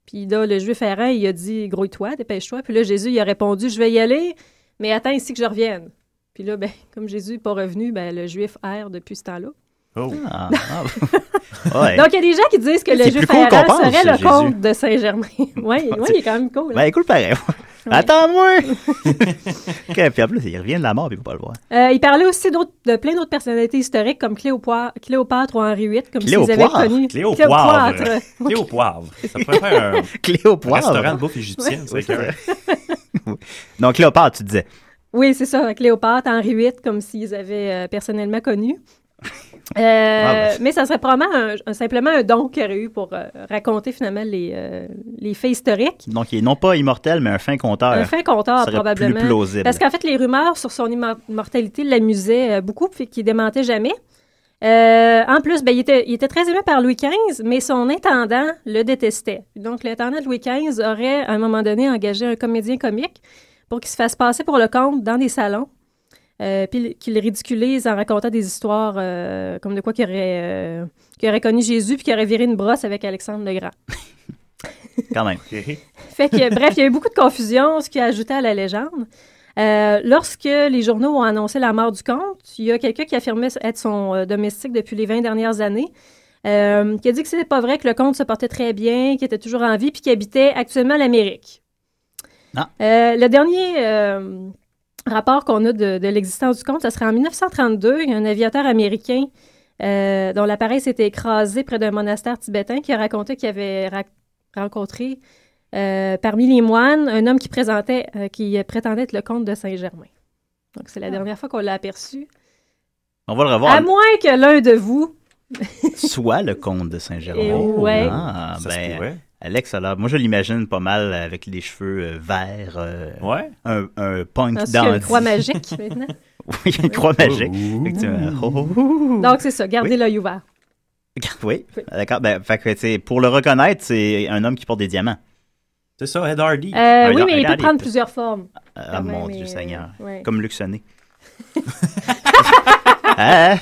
F: Puis là, le juif errant, il a dit Grouille-toi, dépêche-toi. Puis là, Jésus, il a répondu Je vais y aller, mais attends ici que je revienne. Puis là, ben, comme Jésus n'est pas revenu, ben, le juif erre depuis ce temps-là.
E: Oh.
D: Ah, ah. Ouais.
F: Donc, il y a des gens qui disent que le
D: C'est
F: juif
D: plus cool qu'on
F: errant
D: pense,
F: serait
D: Jésus.
F: le comte de Saint-Germain. oui, ouais, il est quand même cool. hein.
D: Ben écoute, pareil. Attends-moi! Ok, puis en plus, il revient de la mort, puis il peut pas le voir.
F: Euh, il parlait aussi d'autres- de plein d'autres personnalités historiques comme Cléopoi- Cléopâtre ou Henri VIII, comme s'ils avaient
D: Cléopâtre.
F: connu.
E: Cléopâtre.
F: Cléopâtre.
E: Cléopâtre. Ça pourrait faire un restaurant de
D: Cléopâtre!
E: bouffe égyptienne.
D: Oui,
E: c'est
D: c'est
E: vrai.
D: Donc Cléopâtre, tu disais.
F: Oui, c'est ça, Cléopâtre, Henri VIII, comme s'ils avaient euh, personnellement connu. Euh,
D: ben.
F: Mais ça serait probablement un- un- simplement un don qu'il aurait eu pour euh, raconter finalement les, euh, les faits historiques.
D: Donc il est non pas immortel, mais un fin compteur.
F: Un fin compteur,
D: Ah, Ça serait plus
F: probablement.
D: plausible.
F: Parce qu'en fait, les rumeurs sur son immo- immortalité l'amusaient euh, beaucoup, puis qu'il démentait jamais. Euh, en plus, ben, il, était, il était très aimé par Louis XV, mais son intendant le détestait. Donc, l'intendant de Louis XV aurait, à un moment donné, engagé un comédien comique pour qu'il se fasse passer pour le comte dans des salons, euh, puis qu'il le ridiculise en racontant des histoires euh, comme de quoi qu'il aurait, euh, qu'il aurait connu Jésus, puis qu'il aurait viré une brosse avec Alexandre le Grand.
D: Quand même.
F: Fait que, bref, il y a eu beaucoup de confusion, ce qui a ajouté à la légende. Euh, lorsque les journaux ont annoncé la mort du comte, il y a quelqu'un qui affirmait être son euh, domestique depuis les 20 dernières années, euh, qui a dit que c'était pas vrai que le comte se portait très bien, qu'il était toujours en vie, puis qu'il habitait actuellement l'Amérique.
D: Ah.
F: Euh, le dernier euh, rapport qu'on a de, de l'existence du comte, ça serait en 1932, il y a un aviateur américain euh, dont l'appareil s'était écrasé près d'un monastère tibétain qui a raconté qu'il avait ra- rencontré euh, parmi les moines, un homme qui présentait, euh, qui prétendait être le comte de Saint-Germain. Donc, c'est la dernière fois qu'on l'a aperçu.
D: On va le
F: À
D: revoir.
F: moins que l'un de vous.
D: Soit le comte de Saint-Germain.
F: Eh ouais.
D: Ah,
E: Ça se
D: ben,
E: pourrait.
D: Alex, alors, moi je l'imagine pas mal avec les cheveux euh, verts, euh,
E: Ouais.
D: un, un punk
F: Parce qu'il y a une
D: dandy.
F: croix magique maintenant.
D: Oui, une croix magique. Effectivement. Oh, oh, oh.
F: Donc, c'est ça. Gardez
D: Oui.
F: l'œil ouvert.
D: Oui, d'accord. Ben, fait que, tu sais, pour le reconnaître, c'est un homme qui porte des diamants.
E: C'est ça, Ed Hardy.
F: Euh, oui,
D: non,
F: mais il peut
D: regardez.
F: prendre plusieurs formes.
D: Ah,
F: quand
D: mon
F: même,
D: Dieu
F: et,
D: Seigneur.
F: euh, ouais.
D: Comme Luxonné. Hein?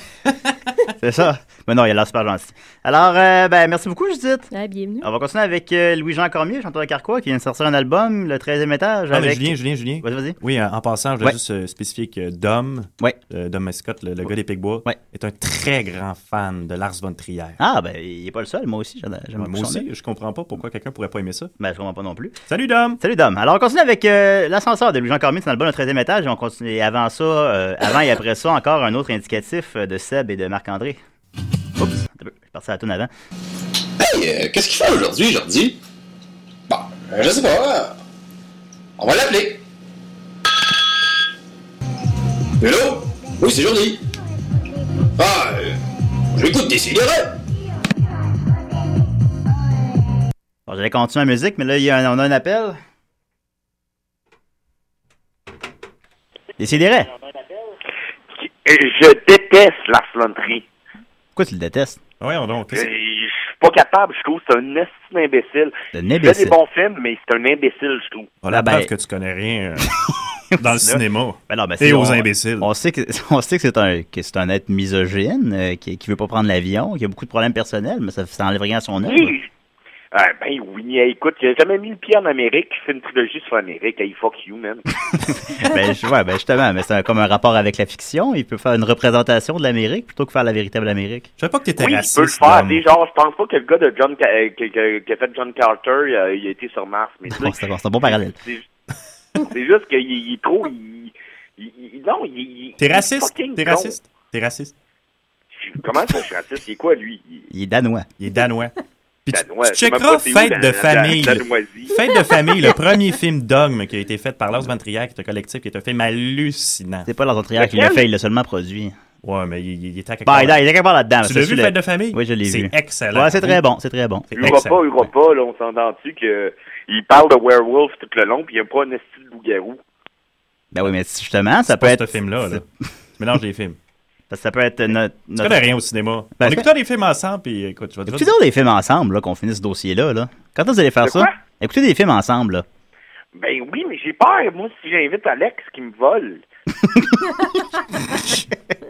D: C'est ça. Mais non, il a l'air super gentil. Alors, euh, ben, merci beaucoup, Judith.
F: Ah, bienvenue.
D: On va continuer avec euh, Louis-Jean Cormier, chanteur de Carquois, qui vient de sortir un album, Le 13e étage.
E: Ah, mais
D: avec...
E: Julien, Julien, Julien.
D: Vas-y, vas-y.
E: Oui, euh, en passant, je voulais
D: Ouais.
E: juste euh, spécifier que Dom,
D: Ouais.
E: euh, Dom Mascotte, le, le gars des Pigbois,
D: Ouais.
E: est un très grand fan de Lars von Trier.
D: Ah, ben, il n'est pas le seul. Moi aussi, j'aime j'aime
E: Moi
D: beaucoup son œuvre.
E: aussi, je comprends pas pourquoi quelqu'un pourrait pas aimer ça.
D: Ben, je comprends pas non plus.
E: Salut Dom!
D: Salut Dom. Alors on continue avec euh, l'ascenseur de Louis-Jean Cormier, c'est dans le bon 13e étage. Et on continue et avant ça, euh, avant et après ça, encore un autre indicatif euh, de Seb et de Marc-André. Oups, attends un peu, je suis parti à la toune avant.
J: Hey, euh, qu'est-ce qu'il fait aujourd'hui, aujourd'hui? Bon, euh, je sais pas. On va l'appeler. Hello? Oui, c'est Jordi. Ah, euh, j'écoute des cigarettes.
D: Bon, j'allais continuer la musique, mais là, il y a un- on a un appel. Décidérez.
G: je déteste la flonnerie.
D: Pourquoi tu le détestes?
E: Oui, on donc.
G: Je je suis pas capable, je trouve. C'est un estime imbécile.
D: C'est un
G: Il fait
D: imbécile.
G: des bons films, mais c'est un imbécile, je trouve.
E: Voilà, la
D: Ben-
E: preuve que tu connais rien euh, dans le cinéma.
D: Ben non, ben
E: Et
D: sinon,
E: aux
D: on-
E: imbéciles.
D: On sait que, on sait que c'est un, que c'est un être misogyne, euh, qui, qui veut pas prendre l'avion, qui a beaucoup de problèmes personnels, mais ça, ça enlève rien à son œuvre.
G: Oui. Ah, ben oui, eh, écoute, j'ai jamais mis le pied en Amérique. Je fais une trilogie sur l'Amérique. Hey, fuck you, man.
D: ben, je- ouais, ben justement, mais c'est un- comme un rapport avec la fiction. Il peut faire une représentation de l'Amérique plutôt que faire la véritable Amérique.
E: Je savais pas que t'étais
G: Oui, il peut le
E: raciste.
G: faire.
E: Dom.
G: Tu sais, genre, je pense pas que le gars de John, Ca- euh, que- que- qui a fait John Carter, euh, il a été sur Mars. Mais tu
D: Bon,
G: sais,
D: c'est bon, c'est un bon parallèle.
G: c'est juste qu'il il est trop. Il, il- il- non, il- il.
E: T'es
G: il est
E: raciste?
G: fucking
E: T'es
G: con.
E: raciste? T'es raciste?
G: Comment ça, je suis raciste? Il est quoi, lui? Il
D: Il est danois.
E: Il est danois. Puis tu-
G: Danois,
E: tu
G: je sais même
E: checkeras
G: pas c'est où,
E: Fête
G: la-
E: de
G: la-
E: famille.
G: la Danoisie.
E: Fête de famille, le premier film dogme qui a été fait par Lars von Trier, qui est un collectif, qui est un film hallucinant.
D: C'est pas Lars von Trier qui l'a fait, il l'a seulement produit.
E: Ouais, mais il, il était à quelque
D: Bah,
E: part.
D: il est il est quelque part là-dedans.
E: Tu
D: ça,
E: l'as
D: je
E: vu,
D: l'ai-
E: Fête de famille?
D: Oui, je l'ai vu.
E: C'est excellent.
D: Ouais, c'est très bon, c'est très bon.
E: C'est excellent.
G: Europa, Europa, là, on s'entend-tu que il parle de werewolf tout le long, puis il n'y a pas un style loup-garou.
D: Ben oui, mais justement, ça
E: C'est
D: peut
E: pas ce
D: être.
E: film-là. là. Tu mélanges les films.
D: parce que Ça peut être notre.
E: Tu
D: notre-
E: connais rien au cinéma.
D: Ben,
E: On écoutait des films ensemble, puis écoute, je vais te
D: Écoutez donc des films ensemble, là, qu'on finisse ce dossier-là. Là. Quand est-ce que vous allez faire
G: De
D: ça?
G: quoi?
D: Écoutez des films ensemble, là.
G: Ben oui, mais j'ai peur, moi, si j'invite Alex qui me vole.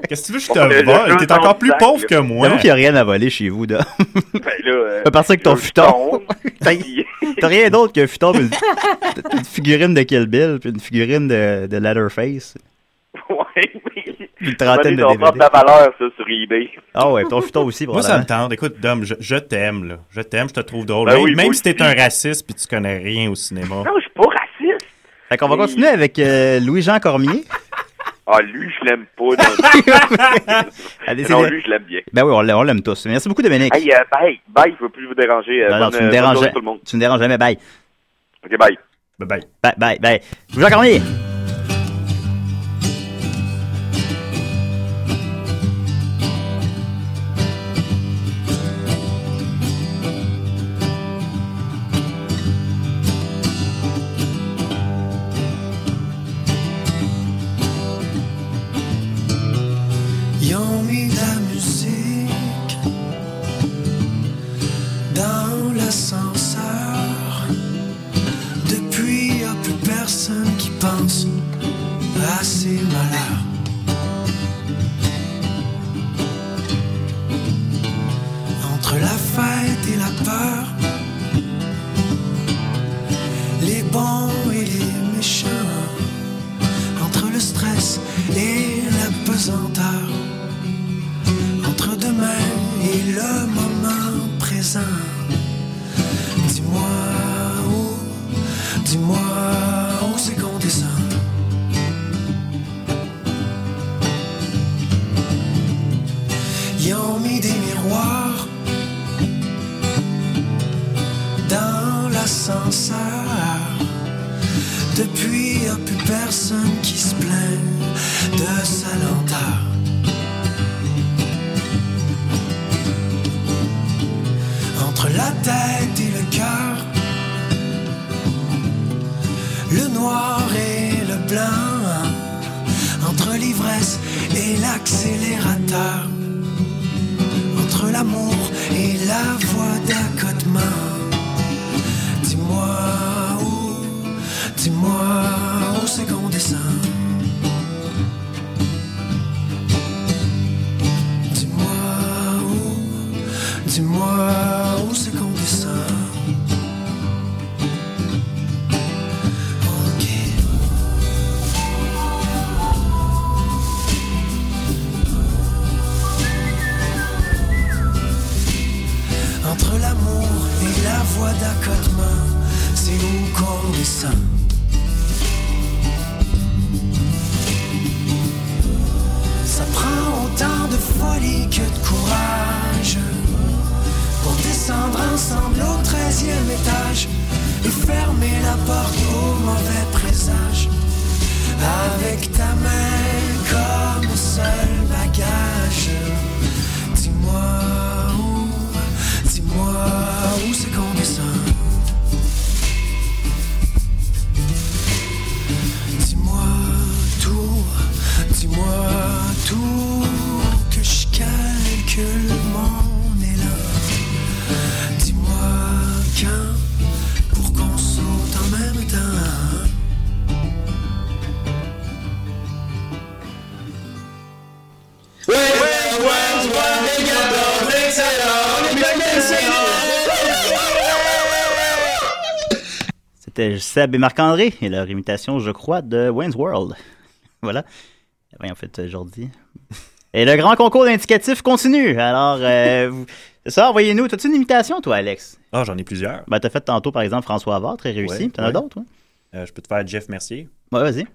E: Qu'est-ce que tu veux, je
G: On fait
E: te
G: le jeu
E: vole? T'es
G: dans
E: encore
G: le
E: plus
G: sac,
E: pauvre
G: là.
E: que moi.
D: J'avoue qu'il n'y a rien à voler chez vous, là.
G: Ben là. euh,
D: Tu peux partir avec ton
G: le
D: futon. T'as
G: puis-
D: t'as rien d'autre qu'un futon, puis une, t'as une figurine de Kill Bill, puis une figurine de, de Leatherface.
G: ouais, oui.
D: Une trentaine de
G: Venez, on prend de
D: DVD.
G: la valeur, ça, sur eBay.
D: Ah ouais, ton futon aussi,
E: Moi, ça me
D: probablement.
E: tente. Écoute, Dom, je, je t'aime, là. Je t'aime, je te trouve drôle.
G: Ben
E: même
G: oui,
E: même
G: moi
E: si t'es
G: aussi.
E: un raciste puis tu connais rien au cinéma.
G: Non, je suis pas raciste.
D: Fait qu'on va continuer avec euh, Louis-Jean Cormier.
G: Ah, lui, je l'aime pas. Non,
D: Allez,
G: Ah, non
D: c'est-
G: lui, je l'aime bien.
D: Ben oui, on l'a- on l'aime tous. Merci beaucoup, Dominique.
G: Hey, euh, bye, bye, je veux plus vous déranger. Euh,
D: Non, non,
G: bonne-
D: tu me
G: bonne
D: déranges
G: journée,
D: jamais.
G: tout le monde.
D: Tu me déranges jamais. Bye.
G: OK, bye.
E: Bye bye.
D: Bye, bye, bye. Louis-Jean Cormier.
M: Ils ont mis de la musique dans l'ascenseur. Depuis, y a plus personne qui pense à ses malheurs. Entre la fête et la peur, les bons et les méchants entre le stress et la pesanteur, entre demain et le moment présent. Dis-moi où, dis-moi où c'est qu'on descend. Ils ont mis des miroirs dans l'ascenseur. Depuis, y a plus personne qui se plaint de sa lenteur. Entre la tête et le cœur, le noir et le blanc, entre l'ivresse et l'accélérateur, entre l'amour et la voie d'accotement. Dis-moi où Dis-moi où c'est qu'on descend. Dis-moi où, dis-moi où c'est qu'on descend. Ok. Entre l'amour et la voie d'accotement, c'est où qu'on descend. Ça prend autant de folie que de courage Pour descendre ensemble au treizième étage Et fermer la porte au mauvais présage Avec ta main comme seul bagage Dis-moi où, dis-moi où c'est qu'on descend Dis-moi tout, dis-moi tour que je calcule mon élan. Dis-moi quand pour qu'on saute en même temps.
J: Ouais, ouais, ouais, ouais, les gars, on est excellents, on est excellents.
D: C'était Seb et Marc-André et leur imitation, je crois, de Wayne's World. voilà. Oui, en fait, aujourd'hui. Et le grand concours d'indicatif continue. Alors, euh, vous- c'est ça, envoyez-nous. T'as-tu une imitation, toi, Alex?
E: Ah, j'en ai plusieurs.
D: Ben, t'as fait tantôt, par exemple, François Havard, très réussi.
E: Ouais,
D: T'en as
E: ouais.
D: d'autres, ouais?
E: Euh, je peux te faire Jeff Mercier.
D: Ouais, vas-y.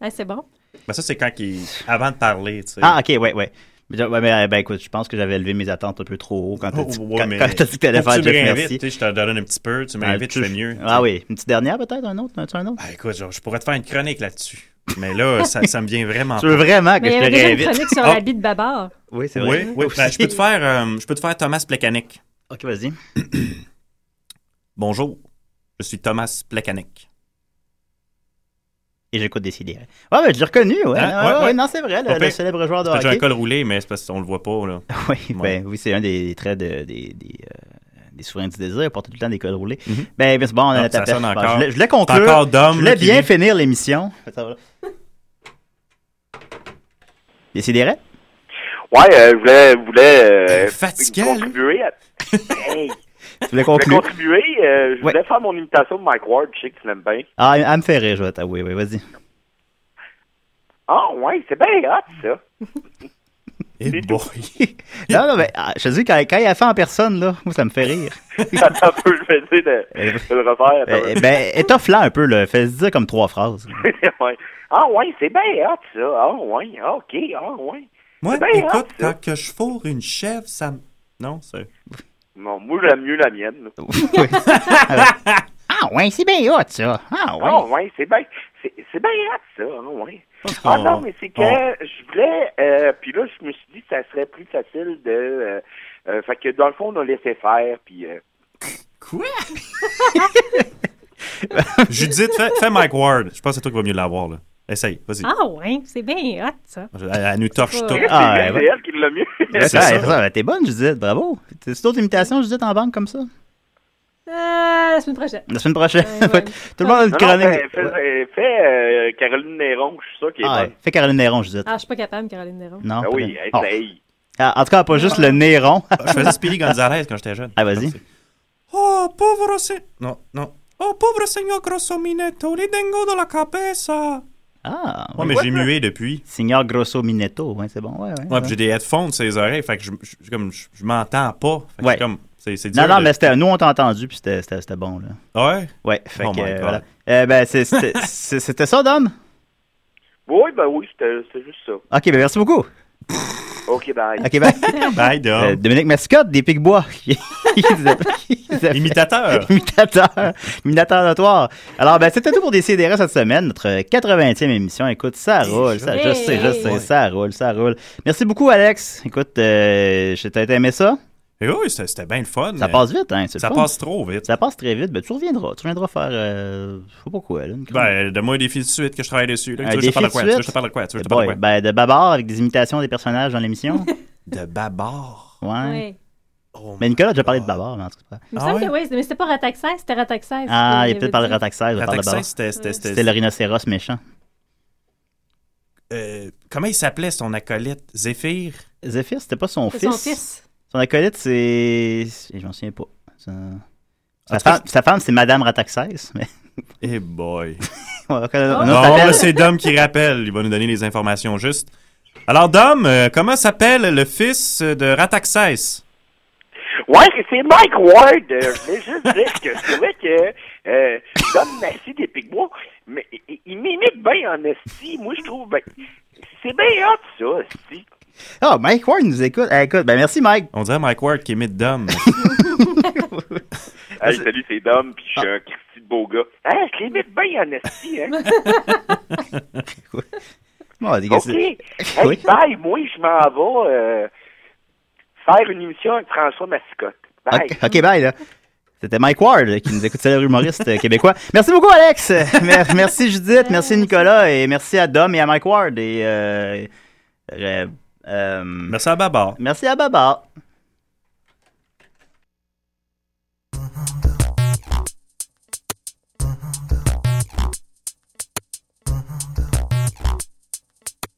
F: Ah, c'est bon.
E: Ben, ça, c'est quand il. Avant de parler, tu sais.
D: Ah, ok, ouais, ouais. Mais, je- ouais, mais, euh, ben, écoute, je pense que j'avais élevé mes attentes un peu trop haut quand t'as
E: Oh,
D: dit,
E: ouais,
D: quand-
E: mais-
D: quand t'as dit que t'allais
E: Faut
D: faire
E: que tu me
D: Jeff
E: réinvites,
D: Mercier.
E: tu sais, Je te donne un petit peu, tu m'invites, je fais mieux. tu sais.
D: Ah oui, une petite dernière peut-être, un autre, un autre, un autre.
E: Ah, écoute, genre, je pourrais te faire une chronique là-dessus. Mais là, ça, ça me vient vraiment
D: Tu veux
E: pas.
D: vraiment Ah, que
F: Mais il y
D: je
F: avait
D: te
F: déjà une
D: réinvite?
F: chronique sur
E: Ah.
F: l'habit de Babar.
D: Oui, c'est vrai.
E: Oui, oui. Ben, je, peux te faire, euh, je peux te faire Thomas Plekanec.
D: Ok, vas-y.
E: Bonjour, je suis Thomas Plekanec.
D: Et j'écoute des CDR. Ouais, ben, je l'ai reconnu, ouais.
E: Hein?
D: ouais,
E: Ouais,
D: ouais,
E: ouais.
D: non, c'est vrai,
E: Pas
D: le, le
E: pire.
D: célèbre joueur de
E: C'est parce que J'ai un
D: hockey.
E: col roulé, mais c'est parce qu'on le voit pas, là.
D: Oui,
E: Ouais.
D: ben, oui c'est un des, des traits de, des, des, euh, des souvenirs du désir, porter tout le temps des cols roulés. Ben, ben, c'est bon, on en
E: Ah,
D: a
E: ça
D: tapé.
E: sonne
D: Je
E: encore.
D: voulais- je voulais
E: C'est encore
D: conclure.
E: d'hommes,
D: Je voulais
E: là, qui
D: bien
E: vient.
D: finir l'émission. Des CDR?
G: Ouais, euh, je voulais, je
D: Ben,
G: voulais euh,
E: Fatigant,
G: contribuer à... Hey,
D: Tu voulais
G: je voulais
D: conclure?
G: contribuer, euh, je voulais faire mon imitation de Mike Ward, je sais que tu l'aimes bien.
D: Ah, elle elle me fait rire, je vais t'avouer, oui, vas-y.
G: Ah ouais, c'est bien hot ça.
E: Et boy.
D: non, non, mais ah, je te dis, quand, quand il a fait en personne, là, moi, ça me fait rire.
G: Attends un peu, je vais essayer de,
D: Eh,
G: de le refaire. attends un
D: Euh,
G: peu.
D: ben, étoffe-la un peu, là. Fais-le dire comme trois phrases. eh.
G: Ouais. Ah ouais, c'est bien hot ça. Ah ouais, ah, ok, ah ouais.
E: Moi,
G: C'est bien hot,
E: écoute,
G: ça.
E: quand que je fourre une chèvre, ça me. Non, c'est.
G: Non, moi j'aime mieux la mienne. là.
D: Ah, ouais, c'est bien hot, ça. Ah, ouais.
E: Oh,
G: Ah ouais, c'est bien, c'est c'est bien hot ça. Ah ouais. Ah
E: oh,
D: qu'on-
G: non, mais c'est que
D: on-
G: je voulais, euh, puis là je me suis dit que ça serait plus facile de, euh, euh, fait que dans le fond on a laissé faire, puis. euh,
E: Judith, fais, fais Mike Ward. Je pense que c'est toi qui vas mieux l'avoir, là. Essaye, vas-y.
F: Ah ouais, c'est bien hot, ça.
E: Elle, elle nous torche
F: Ah.
E: tout.
D: Ah, ouais, ouais.
G: qui l'a mieux.
D: Ouais,
E: C'est
D: ça,
E: ça.
D: ça, T'es bonne, Judith, bravo. C'est d'autres imitations, Judith, en banque comme ça?
F: Euh, la semaine prochaine.
D: La semaine prochaine.
F: Euh, Ouais, ouais.
D: Tout le monde a une
G: Non, ben, non,
D: chronique.
G: fais, fais- fais, euh, Caroline Néron, je suis sûr qu'elle est
D: Ah, ouais.
G: bonne.
D: Fais Caroline Néron, Judith.
F: Ah, je suis pas capable, Caroline Néron.
D: Non?
G: Ah oui,
D: pas-
G: hey,
D: Oh.
G: hey.
D: Ah, en tout cas, pas juste le Néron.
E: Je faisais Spiri Gonzalez quand j'étais jeune.
D: Ah, vas-y.
E: Oh, pauvre se... Non, non. Oh, pauvre signor Grossominetto, les dingos de la cabeza.
D: Ah,
E: Ouais, mais j'ai mué depuis.
D: Signor Grosso Minetto, ouais, c'est bon, ouais, ouais.
E: Ouais, puis j'ai des headphones sur les oreilles, fait que je, je- je- comme, je, je m'entends pas. Fait que
D: Ouais.
E: c'est comme, c'est, c'est dur
D: Non, non,
E: de-
D: mais c'était, nous, on t'a entendu, puis c'était, c'était, c'était bon, là.
E: Ouais?
D: Ouais, fait
E: Oh
D: que,
E: my
D: euh,
E: God.
D: voilà. Euh, ben, c'est- c'était c'est- c'était ça, Dom?
G: Oui, ben oui, c'était c'était juste ça.
D: OK, ben, merci beaucoup.
G: OK, bye.
D: OK, ben,
E: Bye, Dom.
D: euh, Dominique Mascotte, des Pics-Bois. qui- qui nous a- qui nous a-
E: Imitateur.
D: Imitateur, imitateur notoire. Alors, ben, c'était tout pour DCDR cette semaine, notre 80e émission. Écoute, ça roule, ça, je
F: Hey.
D: sais, je sais,
E: Ouais.
D: ça roule, ça roule. Merci beaucoup, Alex. Écoute, euh, je- t'as t'as aimé ça?
E: Et oui, c'était, c'était bien le fun.
D: Ça passe vite, hein? c'est
E: Ça
D: le fun.
E: passe trop vite.
D: Ça passe très vite. Ben, tu reviendras. Tu reviendras faire, euh, je sais pas quoi, là, une
E: Ben, donne-moi un défi de suite que je travaille dessus. Là.
D: Un
E: tu veux que je te parle de quoi?
D: défi de
E: Tu veux que je te parle de quoi? Tu veux que je te
D: Boy,
E: parle de quoi?
D: ben, de Babar avec des imitations des personnages dans l'émission.
E: De Babar.
D: Ouais.
F: Ouais.
E: Oh my
D: Mais Nicolas a déjà parlé de
E: God.
D: Babar, mais en tout cas.
F: Il me
E: Ah
F: semble
E: ouais?
F: que oui, mais c'était pas Rataxès, c'était Rataxès.
D: Ah, il a
F: avait
D: peut-être parlé de
F: dit.
D: Rataxès, il a parlé de
E: Attaque
D: Babar.
E: Sexe, c'était- c'était- c'était-
D: C'était le rhinocéros méchant.
E: euh, Comment il s'appelait son acolyte? Zéphyr?
D: Zephyr, c'était pas son
F: C'est
D: fils.
F: son fils.
D: Son acolyte, c'est. Je m'en souviens pas. Ça- Sa
E: tout cas,
D: femme, sa femme, c'est Madame Rataxès. Mais...
E: Eh boy.
D: on va connaître un autre
E: Non,
D: appel.
E: là, Oh, c'est Dom qui rappelle. Il va nous donner les informations justes. Alors, Dom, euh, comment s'appelle le fils de Rataxès?
G: Ouais, c'est Mike Ward. Euh, Je voulais juste dire que c'est vrai que euh, Dom Massy des Pigbois, mais il- il m'imite bien en esti. Moi, je trouve, ben, c'est bien hot, ça, esti.
D: Ah, Mike Ward nous écoute. Eh, écoute, ben merci, Mike.
E: On dirait Mike Ward qui imite Dom.
G: Hey, salut, c'est Dom, puis je suis un Christy de beau gars. Hein, je l'imite bien en esti, hein.
D: Bon, vas-y,
G: OK.
D: qu'est-ce que-
G: Hey,
D: Oui.
G: bye, moi, je m'en vais euh, faire une émission avec François Mascotte. Bye.
D: Ok, ok, bye, là. C'était Mike Ward qui nous écoute, célèbre humoriste euh, québécois. Merci beaucoup, Alex. Mer- merci, Judith. Merci, Nicolas. Et merci à Dom et à Mike Ward. Et, euh, euh, euh,
E: merci à Babar.
D: Merci à Babar.